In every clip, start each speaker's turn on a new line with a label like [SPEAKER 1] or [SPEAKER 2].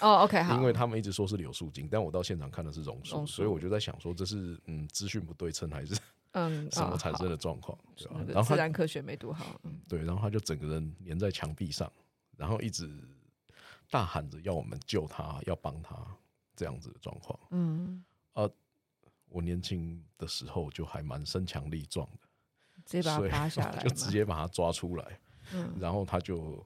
[SPEAKER 1] 哦 OK，好
[SPEAKER 2] 因为他们一直说是柳树精，但我到现场看的是榕树，
[SPEAKER 1] 榕树
[SPEAKER 2] 所以我就在想说，这是嗯资讯不对称还是
[SPEAKER 1] 嗯，
[SPEAKER 2] 什么
[SPEAKER 1] 哦
[SPEAKER 2] 产生
[SPEAKER 1] 好
[SPEAKER 2] 的状况？对吧
[SPEAKER 1] 那？个
[SPEAKER 2] 然后
[SPEAKER 1] 自
[SPEAKER 2] 他
[SPEAKER 1] 然科学没读好，嗯
[SPEAKER 2] 对，然后他就整个人粘在墙壁上，然后一直大喊着要我们救他，要帮他这样子的状况。
[SPEAKER 1] 嗯，
[SPEAKER 2] 我年轻的时候就还蛮身强力壮的，
[SPEAKER 1] 直接把
[SPEAKER 2] 所
[SPEAKER 1] 它
[SPEAKER 2] 以
[SPEAKER 1] 扒下
[SPEAKER 2] 我
[SPEAKER 1] 来
[SPEAKER 2] 就
[SPEAKER 1] 嘛，
[SPEAKER 2] 直接把他抓出来，
[SPEAKER 1] 嗯
[SPEAKER 2] 然后他就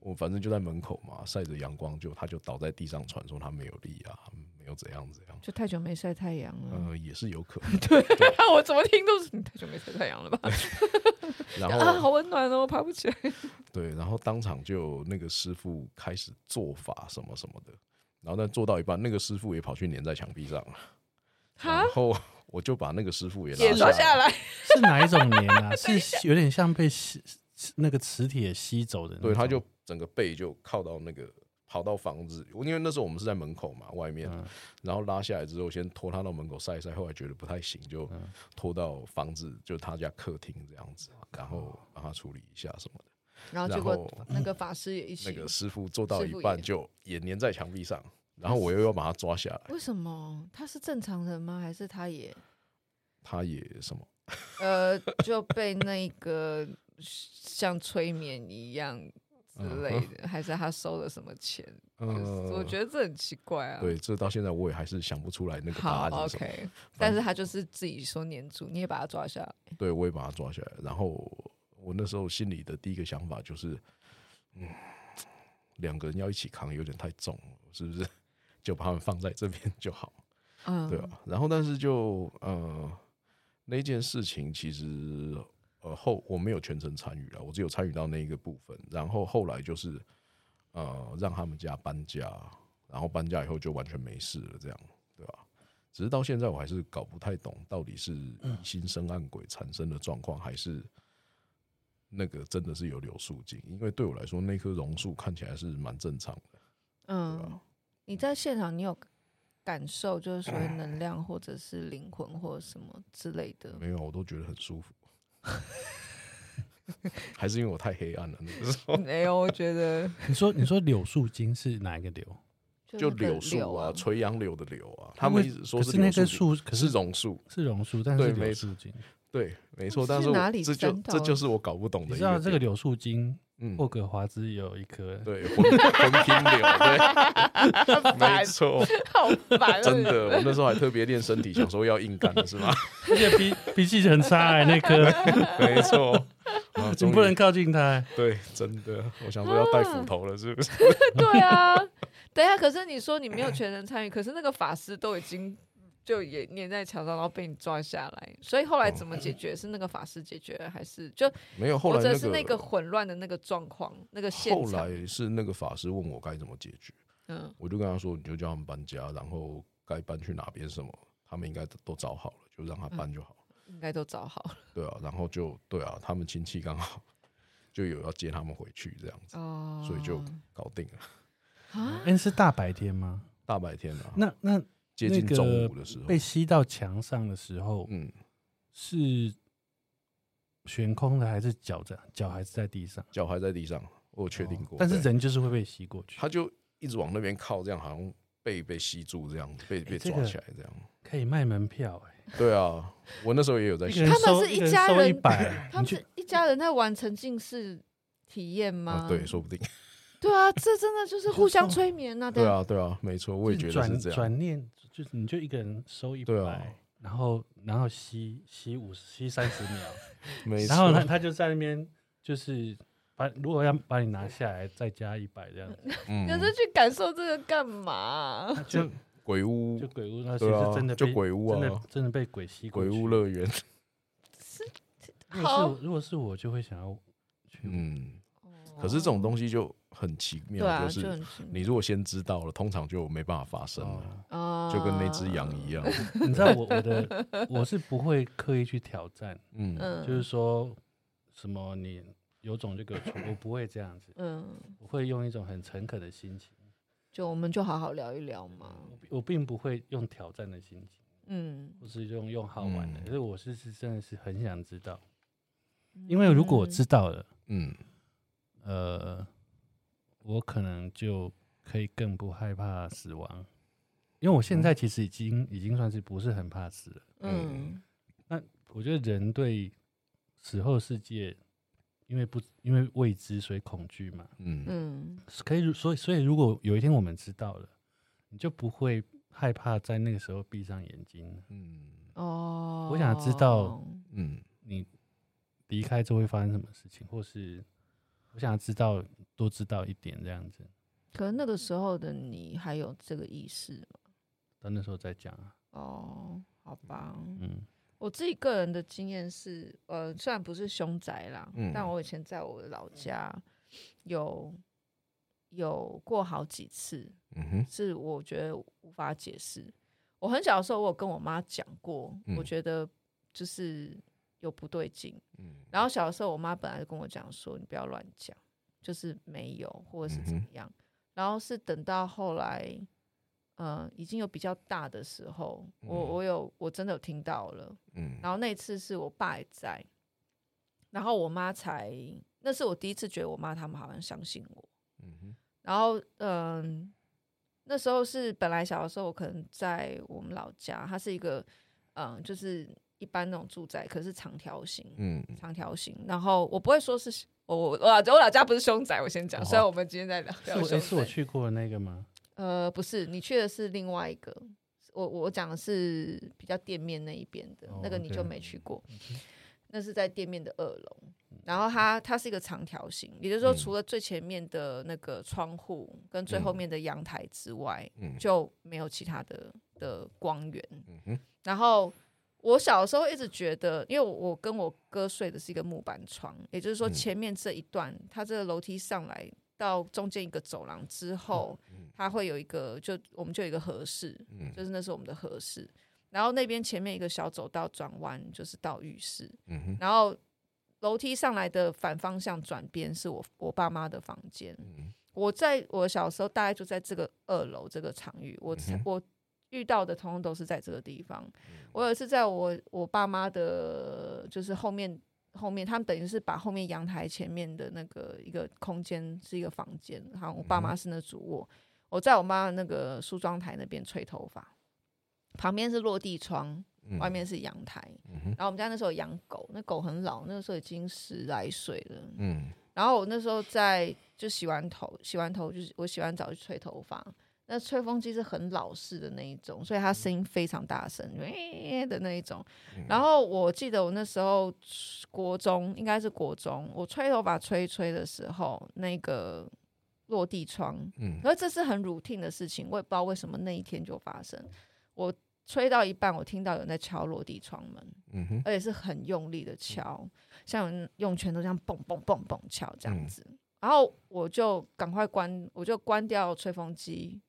[SPEAKER 2] 我反正就在门口嘛，晒着阳光就他就倒在地上喘，说他没有力啊，没有怎样怎样，
[SPEAKER 1] 就太久没晒太阳了。
[SPEAKER 2] 呃，也是有可能对，
[SPEAKER 1] 看我怎么听都是你太久没晒太阳了吧？
[SPEAKER 2] 然
[SPEAKER 1] 啊，
[SPEAKER 2] 后
[SPEAKER 1] 好温暖哦，我爬不起来。
[SPEAKER 2] 对，然后当场就那个师傅开始做法什么什么的，然后但做到一半，那个师傅也跑去粘在墙壁上了，
[SPEAKER 1] 哈
[SPEAKER 2] 然，后我就把那个师傅也
[SPEAKER 1] 也
[SPEAKER 2] 拉
[SPEAKER 1] 抓
[SPEAKER 2] 来
[SPEAKER 1] 下来，
[SPEAKER 3] 是哪一种粘啊？是有点像被吸那个磁铁吸走的那种。
[SPEAKER 2] 对，他就整个背就靠到那个跑到房子，因为那时候我们是在门口嘛，外面，
[SPEAKER 3] 嗯
[SPEAKER 2] 然后拉下来之后，先拖他到门口晒一晒，后来觉得不太行，就拖到房子，就他家客厅这样子，然后帮他处理一下什么的。
[SPEAKER 1] 然后结
[SPEAKER 2] 然
[SPEAKER 1] 果
[SPEAKER 2] 后嗯
[SPEAKER 1] 那个法师也一
[SPEAKER 2] 那
[SPEAKER 1] 起，
[SPEAKER 2] 个师傅做到
[SPEAKER 1] 师
[SPEAKER 2] 一
[SPEAKER 1] 傅
[SPEAKER 2] 半
[SPEAKER 1] 也
[SPEAKER 2] 就也粘在墙壁上，然后我又要把他抓下来，
[SPEAKER 1] 为什么他是正常人吗？还是 他也
[SPEAKER 2] 他也什么？
[SPEAKER 1] 呃就被那个像催眠一样之
[SPEAKER 2] 嗯
[SPEAKER 1] 类的？还是他收了什么钱？就是我
[SPEAKER 2] 呃，
[SPEAKER 1] 觉得这很奇怪啊。
[SPEAKER 2] 对，这到现在我也还是想不出来那个答
[SPEAKER 1] 好
[SPEAKER 2] 案是什么。
[SPEAKER 1] ，OK，但是他就是自己说黏住，你也把他抓下来。
[SPEAKER 2] 对，我也把他抓下来。然后我那时候心里的第一个想法就是，嗯，两个人要一起扛有点太重了，是不是？ 就把他们放在这边就好，
[SPEAKER 1] 嗯，
[SPEAKER 2] 对吧、啊然后但是就呃，那件事情其实呃后我没有全程参与了，我只有参与到那一个部分。然后后来就是呃让他们家搬家，然后搬家以后就完全没事了，这样对吧、只是到现在我还是搞不太懂，到底是疑心生暗鬼产生的状况，还是那个真的是有柳树精？因为对我来说，那棵榕树看起来是蛮正常的。
[SPEAKER 1] 嗯，
[SPEAKER 2] 啊
[SPEAKER 1] 你在现场你有感受，就是所谓
[SPEAKER 2] 嗯
[SPEAKER 1] 能量或者是灵魂或者什么之类的，
[SPEAKER 2] 没有，我都觉得很舒服。 还是因为我太黑暗了，那个时 候
[SPEAKER 1] 没有，我觉 得
[SPEAKER 3] 你说你说柳树精是哪一个柳？
[SPEAKER 2] 就
[SPEAKER 1] 那个
[SPEAKER 2] 柳树
[SPEAKER 1] 啊
[SPEAKER 2] 啊，， 垂杨柳的柳啊，他们一直说
[SPEAKER 3] 可是
[SPEAKER 2] 柳
[SPEAKER 3] 那棵
[SPEAKER 2] 精
[SPEAKER 3] 树，可
[SPEAKER 2] 是
[SPEAKER 3] 是
[SPEAKER 2] 榕树，
[SPEAKER 3] 是榕树，但
[SPEAKER 2] 对
[SPEAKER 3] 是
[SPEAKER 2] 没
[SPEAKER 3] 柳树精。
[SPEAKER 2] 对，没错。
[SPEAKER 1] 是
[SPEAKER 2] 但我
[SPEAKER 1] 哪里啊
[SPEAKER 2] 这就
[SPEAKER 1] 沾到
[SPEAKER 2] 这就是我搞不懂
[SPEAKER 3] 你
[SPEAKER 2] 的一
[SPEAKER 3] 知道
[SPEAKER 2] 个
[SPEAKER 3] 这个
[SPEAKER 2] 点，
[SPEAKER 3] 柳树精，
[SPEAKER 2] 嗯，
[SPEAKER 3] 霍格华兹有一颗，
[SPEAKER 2] 对， 魂魂拼柳，对，没
[SPEAKER 1] 烦
[SPEAKER 2] 错，
[SPEAKER 1] 好 烦，哦
[SPEAKER 2] 真的，我那时候还特别练身体，想说要硬干的是吗？
[SPEAKER 3] 而且脾脾气很差哎，那颗
[SPEAKER 2] 没错，啊，
[SPEAKER 3] 你
[SPEAKER 2] 终于
[SPEAKER 3] 不能靠近它。欸
[SPEAKER 2] 对，真的，我想说要带斧头了，是 不是？
[SPEAKER 1] 对啊。等一下，可是你说你没有全程参与，可是那个法师都已经就也粘在墙上，然后被你抓下来，所以后来怎么解决？是那个法师解决，还是就
[SPEAKER 2] 没有，哦嗯后
[SPEAKER 1] 或
[SPEAKER 2] 来
[SPEAKER 1] 者
[SPEAKER 2] 那
[SPEAKER 1] 是那个
[SPEAKER 2] 个
[SPEAKER 1] 混乱的那个状况，那个现
[SPEAKER 2] 后
[SPEAKER 1] 场？
[SPEAKER 2] 来是那个法师问我该怎么解决，
[SPEAKER 1] 嗯
[SPEAKER 2] 我就跟他说，你就叫他们搬家，然后该搬去哪边什么，他们应该都找好了，就让
[SPEAKER 1] 嗯
[SPEAKER 2] 他搬就好。
[SPEAKER 1] 应该都找好了
[SPEAKER 2] 对啊，然后就对啊，他们亲戚刚好 就有要接他们回去这样子，
[SPEAKER 1] 哦
[SPEAKER 2] 所以就搞定了。嗯
[SPEAKER 1] 啊，
[SPEAKER 3] 哎，是大白天吗？
[SPEAKER 2] 大白天啊，
[SPEAKER 3] 那那
[SPEAKER 2] 接近
[SPEAKER 3] 那个
[SPEAKER 2] 中午的时候，
[SPEAKER 3] 被吸到墙上的时候
[SPEAKER 2] 嗯，
[SPEAKER 3] 是悬空的，还是脚在脚还是在地上？
[SPEAKER 2] 脚还在地上，我有确定过。
[SPEAKER 3] 哦但是
[SPEAKER 2] 对
[SPEAKER 3] 人就是会被吸过去。
[SPEAKER 2] 他就一直往那边靠，这样好像被被吸住这样，被被
[SPEAKER 3] 这
[SPEAKER 2] 抓
[SPEAKER 3] 个
[SPEAKER 2] 起来这样。
[SPEAKER 3] 可以卖门票哎，
[SPEAKER 2] 对啊，我那时候也有在
[SPEAKER 3] 一
[SPEAKER 2] 想
[SPEAKER 3] 个人
[SPEAKER 1] 他们
[SPEAKER 3] 收
[SPEAKER 1] 是一
[SPEAKER 3] 一个
[SPEAKER 1] 家
[SPEAKER 3] 人收
[SPEAKER 1] 人
[SPEAKER 3] 一
[SPEAKER 2] 哎
[SPEAKER 3] 百，
[SPEAKER 1] 他们
[SPEAKER 3] 你去
[SPEAKER 1] 是一家人在玩沉浸式体验吗？
[SPEAKER 2] 啊，对，说不定，
[SPEAKER 1] 对啊，这真的就是互相催眠 呐、
[SPEAKER 2] 对，啊，对啊，没错，我也觉得是
[SPEAKER 3] 转
[SPEAKER 2] 这样。
[SPEAKER 3] 转念，就是你就一个人收一
[SPEAKER 2] 对
[SPEAKER 3] 百
[SPEAKER 2] 啊，
[SPEAKER 3] 然后然后吸吸五十吸三十秒，
[SPEAKER 2] 没
[SPEAKER 3] 然后
[SPEAKER 2] 错
[SPEAKER 3] 他，他就在那边就是把如果要把你拿下来再加一百 这样子，
[SPEAKER 2] 嗯
[SPEAKER 1] 可是去感受这个干嘛？
[SPEAKER 3] 他就
[SPEAKER 2] 鬼屋
[SPEAKER 3] 就鬼屋那其
[SPEAKER 2] 对啊
[SPEAKER 3] 实真的
[SPEAKER 2] 就
[SPEAKER 3] 被
[SPEAKER 2] 鬼屋啊
[SPEAKER 3] 真的真的被鬼吸 过
[SPEAKER 2] 鬼屋
[SPEAKER 3] 去。
[SPEAKER 2] 乐园，
[SPEAKER 3] 如果是我如果是我就会想要去，
[SPEAKER 2] 嗯， 可是这种东西就很奇
[SPEAKER 1] 对啊，
[SPEAKER 2] 妙，
[SPEAKER 1] 就是很
[SPEAKER 2] 你如果先知道了，通常就没办法发生了，
[SPEAKER 3] 哦
[SPEAKER 1] 啊，
[SPEAKER 2] 就跟那只羊一样，
[SPEAKER 3] 你知道我 我的我是不会刻意去挑战，
[SPEAKER 2] 嗯，
[SPEAKER 1] 嗯，
[SPEAKER 3] 就是说什么你有种就给我出，我不会这样子，
[SPEAKER 1] 嗯，
[SPEAKER 3] 我会用一种很诚恳的心情。
[SPEAKER 1] 就我们就好好聊一聊嘛，
[SPEAKER 3] 我我并不会用挑战的心情，
[SPEAKER 1] 嗯，
[SPEAKER 3] 或是用用好玩的，
[SPEAKER 2] 嗯
[SPEAKER 3] 可是我是是真的是很想知道，因为如果我知道了，
[SPEAKER 2] 嗯，
[SPEAKER 3] 呃，我可能就可以更不害怕死亡。因为我现在其实已经已经算是不是很怕死了。
[SPEAKER 1] 嗯
[SPEAKER 3] 我觉得人对死后世界，因为不因为未知所以恐惧嘛，
[SPEAKER 2] 嗯
[SPEAKER 1] 嗯
[SPEAKER 3] 可以如所以所以如果有一天我们知道了，你就不会害怕在那个时候闭上眼睛了。
[SPEAKER 2] 嗯
[SPEAKER 1] 哦，
[SPEAKER 3] 我想知道
[SPEAKER 2] 嗯
[SPEAKER 3] 你离开之后会发生什么事情，或是我想知道多知道一点这样子，
[SPEAKER 1] 可能那个时候的你还有这个意识吗
[SPEAKER 3] 到那时候再讲啊。
[SPEAKER 1] 哦，好吧。
[SPEAKER 3] 嗯，
[SPEAKER 1] 我自己个人的经验是，呃，虽然不是凶宅啦，
[SPEAKER 2] 嗯
[SPEAKER 1] 但我以前在我的老家有有过好几次，
[SPEAKER 2] 嗯哼，
[SPEAKER 1] 是我觉得无法解释。我很小的时候，我有跟我妈讲过，我
[SPEAKER 2] 嗯
[SPEAKER 1] 觉得就是有不对劲。
[SPEAKER 2] 嗯
[SPEAKER 1] 然后小的时候，我妈本来就跟我讲说，你不要乱讲，就是没有或者是
[SPEAKER 2] 嗯
[SPEAKER 1] 怎么
[SPEAKER 2] 哼
[SPEAKER 1] 样。然后是等到后来，嗯、已经有比较大的时候，我
[SPEAKER 2] 嗯
[SPEAKER 1] 我有我真的有听到了。
[SPEAKER 2] 嗯
[SPEAKER 1] 然后那一次是我爸也在，然后我妈才，那是我第一次觉得我妈他们好像相信我。
[SPEAKER 2] 嗯哼
[SPEAKER 1] 然后嗯，那时候是本来小的时候，我可能在我们老家，它是一个嗯，就是一般那种住宅，可是长条形，
[SPEAKER 2] 嗯
[SPEAKER 1] 长条形。然后我不会说是我我我老家我老家不是凶宅，我先讲。
[SPEAKER 3] 哦
[SPEAKER 1] 虽然我们今天在聊
[SPEAKER 3] 是
[SPEAKER 1] 聊
[SPEAKER 3] 我、诶
[SPEAKER 1] 凶
[SPEAKER 3] 是我
[SPEAKER 1] 宅，
[SPEAKER 3] 去过的那个吗？
[SPEAKER 1] 呃，不是，你去的是另外一个。我我讲的是比较店面那一边的、
[SPEAKER 3] 哦
[SPEAKER 1] 那个，你就
[SPEAKER 3] OK
[SPEAKER 1] 没
[SPEAKER 2] 嗯
[SPEAKER 1] 去过。那是在店面的二楼，然后它它是一个长条形，也就是说，
[SPEAKER 2] 嗯
[SPEAKER 1] 除了最前面的那个窗户跟最后面的阳台之外，
[SPEAKER 2] 嗯
[SPEAKER 1] 就没有其他的的光源。
[SPEAKER 2] 嗯哼
[SPEAKER 1] 然后我小的时候一直觉得，因为我我跟我哥睡的是一个木板床，也就是说
[SPEAKER 2] 嗯
[SPEAKER 1] 前面这一段，它这个楼梯上来到中间一个走廊之后，它会有一个就我们就有一个合适，
[SPEAKER 2] 嗯
[SPEAKER 1] 就是那是我们的合适。然后那边前面一个小走道转弯就是到浴室，
[SPEAKER 2] 嗯哼
[SPEAKER 1] 然后楼梯上来的反方向转边是我我爸妈的房间。
[SPEAKER 2] 嗯
[SPEAKER 1] 我在我小时候大概就在这个二楼这个场域，我、
[SPEAKER 2] 嗯哼嗯
[SPEAKER 1] 我遇到的通通都是在这个地方。我有一次在我我爸妈的，就是后面后面，他们等于是把后面阳台前面的那个一个空间是一个房间，好
[SPEAKER 2] 嗯
[SPEAKER 1] 像我爸妈是那主卧，我在我妈那个梳妆台那边吹头发，旁边是落地窗，
[SPEAKER 2] 嗯
[SPEAKER 1] 外面是阳台。
[SPEAKER 2] 嗯哼
[SPEAKER 1] 然后我们家那时候有养狗，那狗很老，那个时候已经十来岁了，
[SPEAKER 2] 嗯
[SPEAKER 1] 然后我那时候在就洗完头，洗完头就是我洗完澡去吹头发，那吹风机是很老式的那一种，所以它声音非常大声，诶、的那一种。然后我记得我那时候国中应该是国中，我吹头发吹一吹的时候，那个落地窗，
[SPEAKER 2] 嗯
[SPEAKER 1] 而这是很 routine 的事情，我也不知道为什么那一天就发生。我吹到一半，我听到有人在敲落地窗门，
[SPEAKER 2] 嗯哼
[SPEAKER 1] 而且是很用力的敲，像有用拳头这样蹦蹦蹦蹦敲这样
[SPEAKER 2] 嗯
[SPEAKER 1] 子。然后我就赶快关，我就关掉吹风机，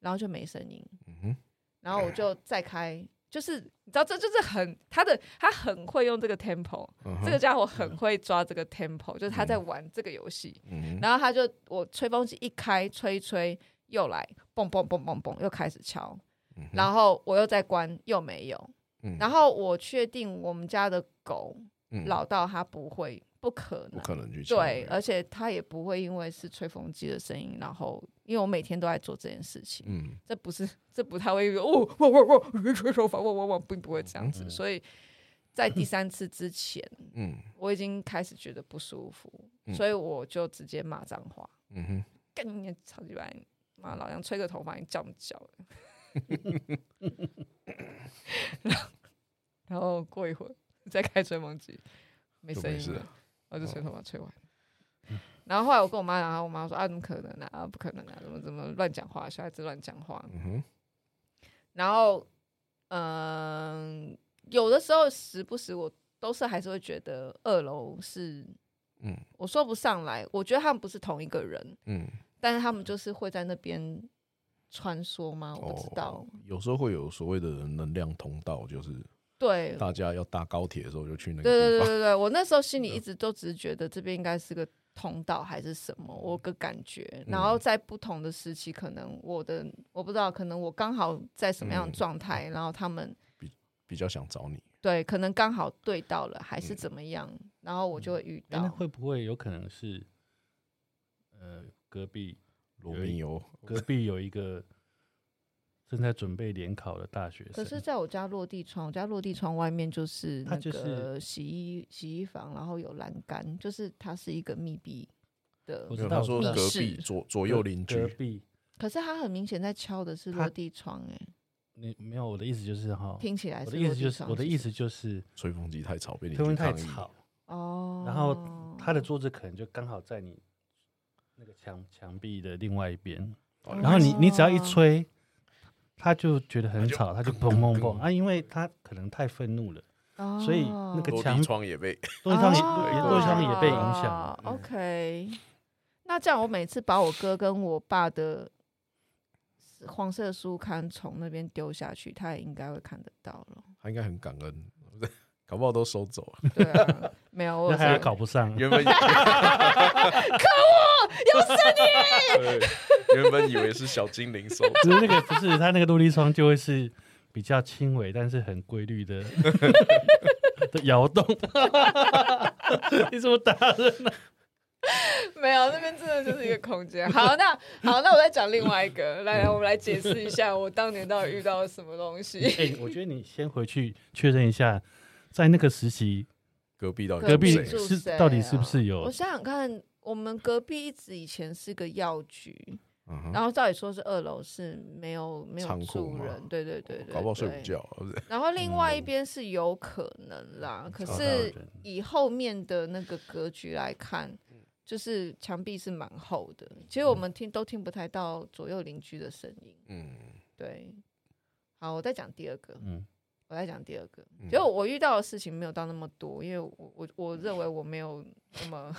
[SPEAKER 1] 然后就没声音，
[SPEAKER 2] 嗯哼
[SPEAKER 1] 然后我就再开，就是你知道，这就是很他的，他很会用这个 tempo，、
[SPEAKER 2] 嗯
[SPEAKER 1] 这
[SPEAKER 2] 哼
[SPEAKER 1] 个家伙很会抓这个 tempo，就是他在玩这个游戏。
[SPEAKER 2] 嗯哼
[SPEAKER 1] 然后他就我吹风机一开，吹一吹又来，蹦蹦蹦蹦蹦又开始敲，
[SPEAKER 2] 嗯哼
[SPEAKER 1] 然后我又再关又没有，
[SPEAKER 2] 嗯
[SPEAKER 1] 然后我确定我们家的狗
[SPEAKER 2] 嗯
[SPEAKER 1] 老到它不会，不可
[SPEAKER 2] 不
[SPEAKER 1] 能。
[SPEAKER 2] 可能去抢
[SPEAKER 1] 对，
[SPEAKER 2] 的
[SPEAKER 1] 而且它也不会因为是吹风机的声音，然后因为我每天都在做这件事情，
[SPEAKER 2] 嗯
[SPEAKER 1] 这不是这不太会哦，我我我你吹头发，我我我并不会这样子，
[SPEAKER 3] 嗯
[SPEAKER 1] 所以在第三次之前，
[SPEAKER 2] 嗯
[SPEAKER 1] 我已经开始觉得不舒服，
[SPEAKER 2] 嗯
[SPEAKER 1] 所以我就直接骂脏话，
[SPEAKER 2] 嗯哼
[SPEAKER 1] 干你娘超级白，妈老娘吹个头发你叫不叫 了？然后，然后过一会儿再开吹风机，没
[SPEAKER 2] 就
[SPEAKER 1] 声
[SPEAKER 2] 没
[SPEAKER 1] 音
[SPEAKER 2] 事哦
[SPEAKER 1] 了
[SPEAKER 2] 了，
[SPEAKER 1] 我就吹头发吹完。然后后来我跟我妈讲，然后我妈说啊，怎么可能啊，不可能啊，怎么怎么乱讲话，小孩子乱讲话。
[SPEAKER 2] 嗯哼
[SPEAKER 1] 然后，嗯，有的时候时不时我都是还是会觉得二楼是
[SPEAKER 2] 嗯
[SPEAKER 1] 我说不上来，我觉得他们不是同一个人，
[SPEAKER 2] 嗯
[SPEAKER 1] 但是他们就是会在那边穿梭吗？我不知
[SPEAKER 2] 哦
[SPEAKER 1] 道。
[SPEAKER 2] 有时候会有所谓的能量通道，就是
[SPEAKER 1] 对，对
[SPEAKER 2] 大家要搭高铁的时候就去那个
[SPEAKER 1] 对对
[SPEAKER 2] 地
[SPEAKER 1] 对
[SPEAKER 2] 方。嗯
[SPEAKER 1] 对，我那时候心里一直都只是觉得这边应该是个通道还是什
[SPEAKER 2] 嗯
[SPEAKER 1] 么，我有个感觉。然后在不同的时期，可能我的我不知道，可能我刚好在什么样的
[SPEAKER 2] 嗯
[SPEAKER 1] 状态，然后他们
[SPEAKER 2] 比较想找你。
[SPEAKER 1] 对可能刚好对到了，还是怎么样，然
[SPEAKER 2] 嗯
[SPEAKER 1] 后我就会遇
[SPEAKER 3] 诶那
[SPEAKER 1] 到。
[SPEAKER 3] 会不会有可能是呃隔壁
[SPEAKER 2] 罗密欧，
[SPEAKER 3] 隔壁有一个正在准备联考的大学生，
[SPEAKER 1] 可是在我家落地窗，我家落地窗外面就是
[SPEAKER 3] 它
[SPEAKER 1] 那
[SPEAKER 3] 就是
[SPEAKER 1] 个洗衣洗衣房，然后有栏杆，就是它是一个密闭的
[SPEAKER 3] 我
[SPEAKER 2] 没
[SPEAKER 3] 知
[SPEAKER 2] 有
[SPEAKER 3] 道
[SPEAKER 2] 他说
[SPEAKER 1] 密
[SPEAKER 2] 隔
[SPEAKER 1] 室
[SPEAKER 2] 壁左左右
[SPEAKER 3] 隔
[SPEAKER 2] 邻
[SPEAKER 3] 隔
[SPEAKER 2] 居，
[SPEAKER 3] 壁，
[SPEAKER 1] 可是他很明显在敲的是
[SPEAKER 3] 他
[SPEAKER 1] 落地窗、欸，
[SPEAKER 3] 你没有我的意思就是哈，
[SPEAKER 1] 听起来
[SPEAKER 3] 我
[SPEAKER 1] 是
[SPEAKER 3] 的意
[SPEAKER 1] 落
[SPEAKER 3] 思就
[SPEAKER 1] 地
[SPEAKER 3] 是
[SPEAKER 1] 窗。
[SPEAKER 3] 我的
[SPEAKER 1] 是
[SPEAKER 3] 意
[SPEAKER 1] 不是
[SPEAKER 3] 思就是
[SPEAKER 2] 吹风机太吵，被邻
[SPEAKER 3] 天温
[SPEAKER 2] 居
[SPEAKER 3] 太
[SPEAKER 2] 抗议。
[SPEAKER 3] 吵，
[SPEAKER 1] 哦，
[SPEAKER 3] 然后他的桌子可能就刚好在你那个墙墙壁的另外一边，
[SPEAKER 2] 哦
[SPEAKER 3] 然后你你只要一
[SPEAKER 1] 哦
[SPEAKER 3] 吹，他就觉得很
[SPEAKER 2] 就
[SPEAKER 3] 吵，他就砰砰砰啊，因为他可能太愤怒了，所以那个
[SPEAKER 2] 落
[SPEAKER 3] 墙
[SPEAKER 2] 地窗也被
[SPEAKER 3] 落地窗也
[SPEAKER 1] 哦
[SPEAKER 3] 也落地窗也被影响了
[SPEAKER 1] 哦。
[SPEAKER 3] 嗯
[SPEAKER 1] OK，那这样我每次把我哥跟我爸的黄色书刊从那边丢下去，他也应该会看得到了。
[SPEAKER 2] 他应该很感恩， 搞不好都收走 了。
[SPEAKER 1] 对啊，没有，我
[SPEAKER 3] 那
[SPEAKER 1] 有
[SPEAKER 3] 还
[SPEAKER 1] 在
[SPEAKER 3] 搞不上，
[SPEAKER 2] 原 本可恶，又是你！原本以为是小精灵 收走，
[SPEAKER 3] 只是那个不是它那个落地窗就会是比较轻微，但是很规 律的的摇动。 你怎么打 人？
[SPEAKER 1] 没有，那边真的就是一个空间。好，那好，那我再讲另外一个，来来，我们来解释一下我当年到底遇到了什么东西。
[SPEAKER 3] 哎、我觉得你先回去确认一下，在那个时期，
[SPEAKER 2] 呃隔壁到底
[SPEAKER 3] 隔壁
[SPEAKER 2] 是谁
[SPEAKER 1] 住
[SPEAKER 3] 是
[SPEAKER 1] 谁啊
[SPEAKER 3] 到底是不是
[SPEAKER 1] 我
[SPEAKER 3] 有？
[SPEAKER 1] 想想看，我们隔壁一直以前是个药局，
[SPEAKER 2] 嗯哼
[SPEAKER 1] 然后照理说是二楼是没有没有
[SPEAKER 2] 仓库
[SPEAKER 1] 住
[SPEAKER 2] 嘛哦
[SPEAKER 1] 人，对对对对，
[SPEAKER 2] 搞不好睡午
[SPEAKER 1] 对
[SPEAKER 2] 觉，嗯是不是
[SPEAKER 1] 然后另外一边是有可能啦，可
[SPEAKER 2] 哦
[SPEAKER 3] 找
[SPEAKER 2] 嗯
[SPEAKER 3] 到
[SPEAKER 1] 是
[SPEAKER 3] 人
[SPEAKER 1] 以后面的那个格局来看，就是墙壁是蛮厚的，其实我们听都听不太到左右邻居的声音。
[SPEAKER 2] 嗯，
[SPEAKER 1] 对，好，我再讲第二个，
[SPEAKER 3] 嗯，
[SPEAKER 1] 我再讲第二个。
[SPEAKER 2] 嗯
[SPEAKER 1] 结果我遇到的事情没有到那么多，因为我我我认为我没有那么，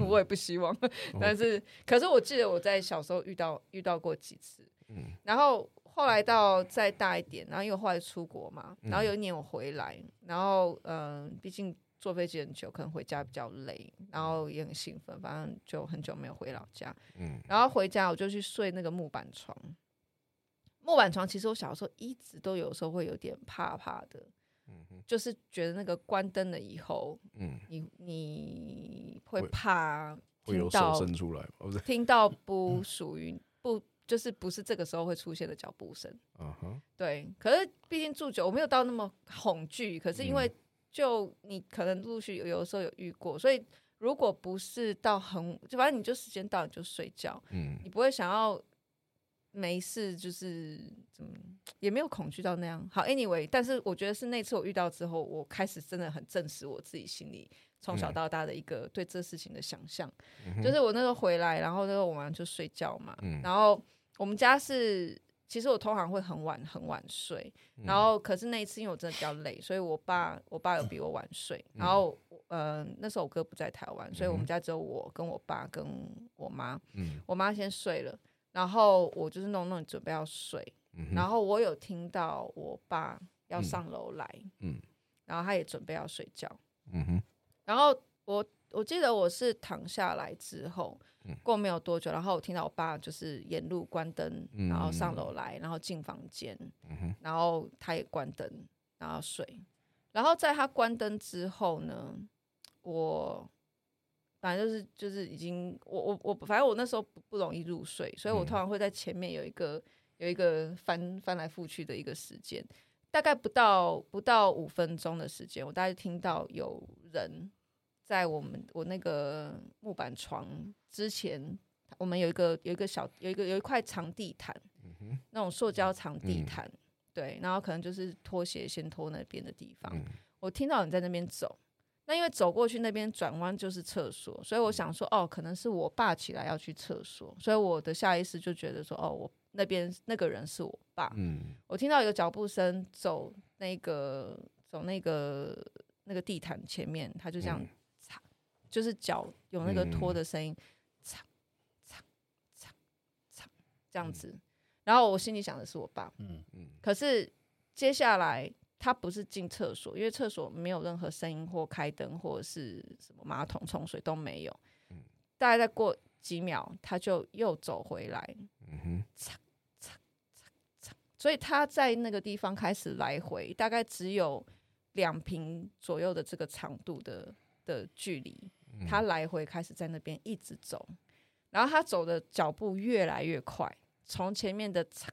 [SPEAKER 1] 我也不希望，但是可是我记得我在小时候遇到遇到过几次，
[SPEAKER 2] 嗯
[SPEAKER 1] 然后后来到再大一点，然后因为我后来出国嘛，
[SPEAKER 2] 嗯
[SPEAKER 1] 然后有一年我回来，然后嗯、呃毕竟坐飞机很久，可能回家比较累，然后也很兴奋，反正就很久没有回老家，
[SPEAKER 2] 嗯
[SPEAKER 1] 然后回家我就去睡那个木板床。木板床其实我小时候一直都有时候会有点怕怕的，
[SPEAKER 2] 嗯哼
[SPEAKER 1] 就是觉得那个关灯了以后，
[SPEAKER 2] 嗯，
[SPEAKER 1] 你你会
[SPEAKER 2] 会
[SPEAKER 1] 怕
[SPEAKER 2] 会有
[SPEAKER 1] 听
[SPEAKER 2] 手
[SPEAKER 1] 到
[SPEAKER 2] 伸出来嘛，不是？
[SPEAKER 1] 听到不属于不就是不是这个时候会出现的脚步声。
[SPEAKER 2] 嗯哼，
[SPEAKER 1] 对，可是毕竟住久，我没有到那么恐惧。可是因为就你可能陆续有有的时候有遇过，所以如果不是到很，就反正你就时间到你就睡觉，
[SPEAKER 2] 嗯
[SPEAKER 1] 你不会想要没事就是怎么也没有恐惧到那样。好，anyway，但是我觉得是那次我遇到之后，我开始真的很证实我自己心里从
[SPEAKER 2] 嗯
[SPEAKER 1] 小到大的一个对这事情的想象。
[SPEAKER 2] 嗯哼
[SPEAKER 1] 就是我那时候回来，然后那时候我晚上就睡觉嘛，
[SPEAKER 2] 嗯
[SPEAKER 1] 然后我们家是，其实我通常会很晚很晚睡，
[SPEAKER 2] 嗯
[SPEAKER 1] 然后可是那一次因为我真的比较累，所以我爸我爸有比我晚睡，
[SPEAKER 2] 嗯
[SPEAKER 1] 然后我呃那时候我哥不在台湾，所以我们家只有我跟我爸跟我妈，
[SPEAKER 2] 嗯
[SPEAKER 1] 我妈先睡了，然后我就是弄弄准备要睡，
[SPEAKER 2] 嗯
[SPEAKER 1] 然
[SPEAKER 2] 哼
[SPEAKER 1] 后我有听到我爸要上楼来，
[SPEAKER 2] 嗯
[SPEAKER 1] 然后他也准备要睡觉，
[SPEAKER 2] 嗯哼
[SPEAKER 1] 然后我我记得我是躺下来之后
[SPEAKER 2] 嗯，
[SPEAKER 1] 过没有多久，然后我听到我爸就是沿路关灯，
[SPEAKER 2] 嗯
[SPEAKER 1] 然后上楼来，然后进房间，
[SPEAKER 2] 嗯哼
[SPEAKER 1] 然后他也关灯，然后睡。然后在他关灯之后呢，我反正就是就是已经我我我反正我那时候不不容易入睡，所以我
[SPEAKER 2] 嗯
[SPEAKER 1] 通常会在前面有一个有一个翻翻来覆去的一个时间，大概不到不到五分钟的时间，我大概听到有人在我们我那个木板床之前，我们有一个有一个小有一个有一块长地毯，
[SPEAKER 2] 嗯哼
[SPEAKER 1] 那种塑胶长地
[SPEAKER 2] 嗯
[SPEAKER 1] 毯，对，然后可能就是拖鞋先拖那边的地方。
[SPEAKER 2] 嗯
[SPEAKER 1] 我听到你在那边走，那因为走过去那边转弯就是厕所，所以我想说，哦，可能是我爸起来要去厕所，所以我的下意识就觉得说，哦，我那边那个人是我爸。
[SPEAKER 2] 嗯
[SPEAKER 1] 我听到有脚步声走那个走那个那个地毯前面，他就这样
[SPEAKER 2] 嗯
[SPEAKER 1] 擦，就是脚有那个拖
[SPEAKER 2] 嗯
[SPEAKER 1] 的声音，擦擦擦擦这样子。然后我心里想的是我爸，
[SPEAKER 3] 嗯，
[SPEAKER 2] 嗯
[SPEAKER 1] 可是接下来他不是进厕所，因为厕所没有任何声音或开灯或者是什么马桶冲水都没有。
[SPEAKER 2] 嗯
[SPEAKER 1] 大概再过几秒，他就又走回来，
[SPEAKER 2] 嗯哼
[SPEAKER 1] 所以他在那个地方开始来回，大概只有两平左右的这个长度的的距离，他来回开始在那边一直走。然后他走的脚步越来越快，从前面的嚓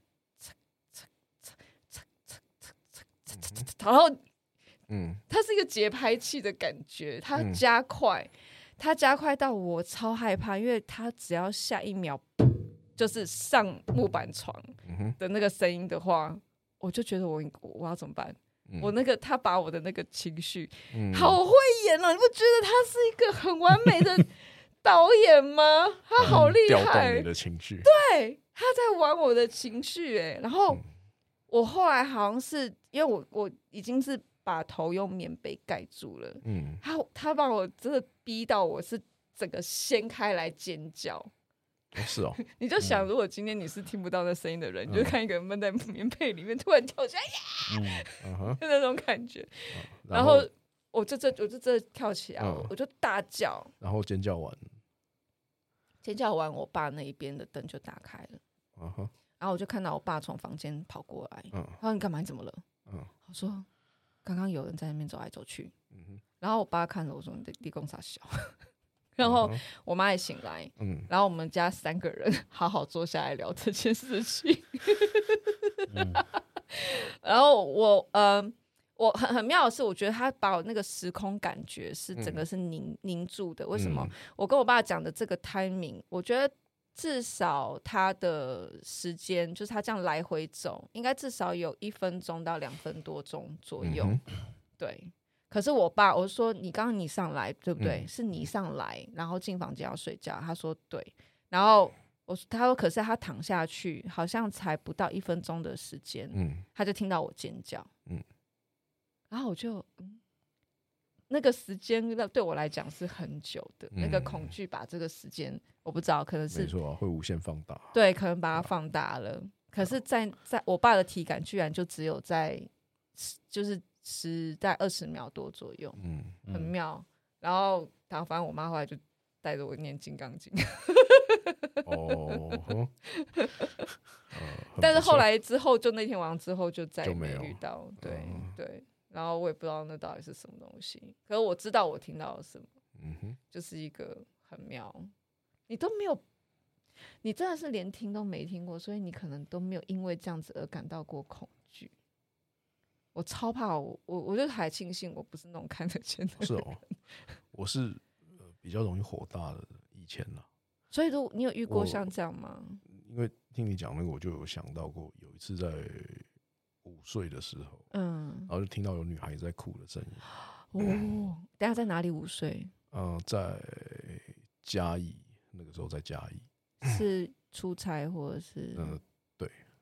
[SPEAKER 1] 嚓嚓嚓嚓嚓嚓嚓嚓嚓，然后
[SPEAKER 2] 嗯，
[SPEAKER 1] 它是一个节拍器的感觉，它
[SPEAKER 2] 嗯
[SPEAKER 1] 加快，它加快到我超害怕，因为它只要下一秒就是上木板床
[SPEAKER 2] 嗯哼，
[SPEAKER 1] 的那个声音的话，我就觉得我我要怎么办？
[SPEAKER 2] 嗯
[SPEAKER 1] 我那个他把我的那个情绪
[SPEAKER 2] 嗯，
[SPEAKER 1] 好会演啊！你不觉得他是一个很完 美的导演吗？他好厉
[SPEAKER 2] 嗯调动
[SPEAKER 1] 害
[SPEAKER 2] 你，的情绪，
[SPEAKER 1] 对，他在玩我的情绪哎、然后
[SPEAKER 2] 嗯
[SPEAKER 1] 我后来好像是因为我我已经是把头用棉被盖住了，
[SPEAKER 2] 嗯，
[SPEAKER 1] 他他把我真的逼到我是整个掀开来尖叫。
[SPEAKER 2] 哦是哦，
[SPEAKER 1] 你就想，如果今天你是听不到那声音的人，你就
[SPEAKER 2] 嗯
[SPEAKER 1] 看一个人闷在棉被里面突然跳起来
[SPEAKER 3] 嗯，
[SPEAKER 2] 嗯哼，
[SPEAKER 1] 那种感觉，然
[SPEAKER 2] 然
[SPEAKER 1] 后我就这我就这跳起来，
[SPEAKER 2] 嗯
[SPEAKER 1] 我就大叫。
[SPEAKER 2] 然后尖叫完，
[SPEAKER 1] 尖叫完，我爸那一边的灯就打开了，
[SPEAKER 2] 嗯哼，
[SPEAKER 1] 然后我就看到我爸从房间跑过来，
[SPEAKER 2] 嗯
[SPEAKER 1] 他说：“你干嘛？你怎么了
[SPEAKER 2] 嗯？”
[SPEAKER 1] 我说：“刚刚有人在那边走来走去。
[SPEAKER 2] 嗯哼，”
[SPEAKER 1] 然后我爸看着我说：“你的立功傻笑。”然后
[SPEAKER 2] 嗯哼
[SPEAKER 1] 我妈也醒来，
[SPEAKER 2] 嗯，
[SPEAKER 1] 然后我们家三个人 好好坐下来聊这件事情。
[SPEAKER 2] 嗯
[SPEAKER 1] 然后我呃，我很很妙的是，我觉得他把我那个时空感觉是整个是
[SPEAKER 2] 嗯
[SPEAKER 1] 凝、凝住的。为什么？我跟我爸讲的这个 timing，我觉得至少他的时间，就是他这样来回走，应该至少有一分钟到两分多钟左右。
[SPEAKER 2] 嗯
[SPEAKER 1] 对。可是我爸，我说你刚刚你上来对不对？
[SPEAKER 2] 嗯
[SPEAKER 1] 是你上来，然后进房间要睡觉。他说对，然后我说他说可是他躺下去好像才不到一分钟的时间，
[SPEAKER 2] 嗯
[SPEAKER 1] 他就听到我尖叫，嗯
[SPEAKER 2] 嗯，
[SPEAKER 1] 然后我就嗯，那个时间那对我来讲是很久的，那个
[SPEAKER 2] 嗯
[SPEAKER 1] 恐惧把这个时间我不知道，可能
[SPEAKER 2] 没
[SPEAKER 1] 是
[SPEAKER 2] 错啊，会无限放大，
[SPEAKER 1] 对，可能把它放大了。可是在，在我爸的体感居然就只有在十就是十在二十秒多左右，
[SPEAKER 2] 嗯，
[SPEAKER 1] 很妙。然后，然后反正我妈后来就带着我念《金刚经》，
[SPEAKER 2] 哦，哼呃很
[SPEAKER 1] 但是
[SPEAKER 2] 不错
[SPEAKER 1] 后来之后，就那天晚上之后就再也
[SPEAKER 2] 就没
[SPEAKER 1] 没
[SPEAKER 2] 有
[SPEAKER 1] 遇到，对、
[SPEAKER 2] 嗯
[SPEAKER 1] 对。然后我也不知道那到底是什么东西，可是我知道我听到了什么，
[SPEAKER 2] 嗯哼，
[SPEAKER 1] 就是一个很妙，你都没有，你真的是连听都没听过，所以你可能都没有因为这样子而感到过恐惧。我超怕我我我就还庆幸我不是那种看得见的，
[SPEAKER 2] 是哦，我是、呃、比较容易火大的，以前呢、
[SPEAKER 1] 所以如果你有遇过
[SPEAKER 2] 我
[SPEAKER 1] 像这样吗？
[SPEAKER 2] 因为听你讲那个，我就有想到过，有一次在午睡的时候，
[SPEAKER 1] 嗯
[SPEAKER 2] 然，后就听到有女孩子在哭的声音，
[SPEAKER 1] 哦，等下在哪里午睡？
[SPEAKER 2] 嗯、在嘉义那个时候在嘉义，
[SPEAKER 1] 是出差或者是
[SPEAKER 2] 嗯、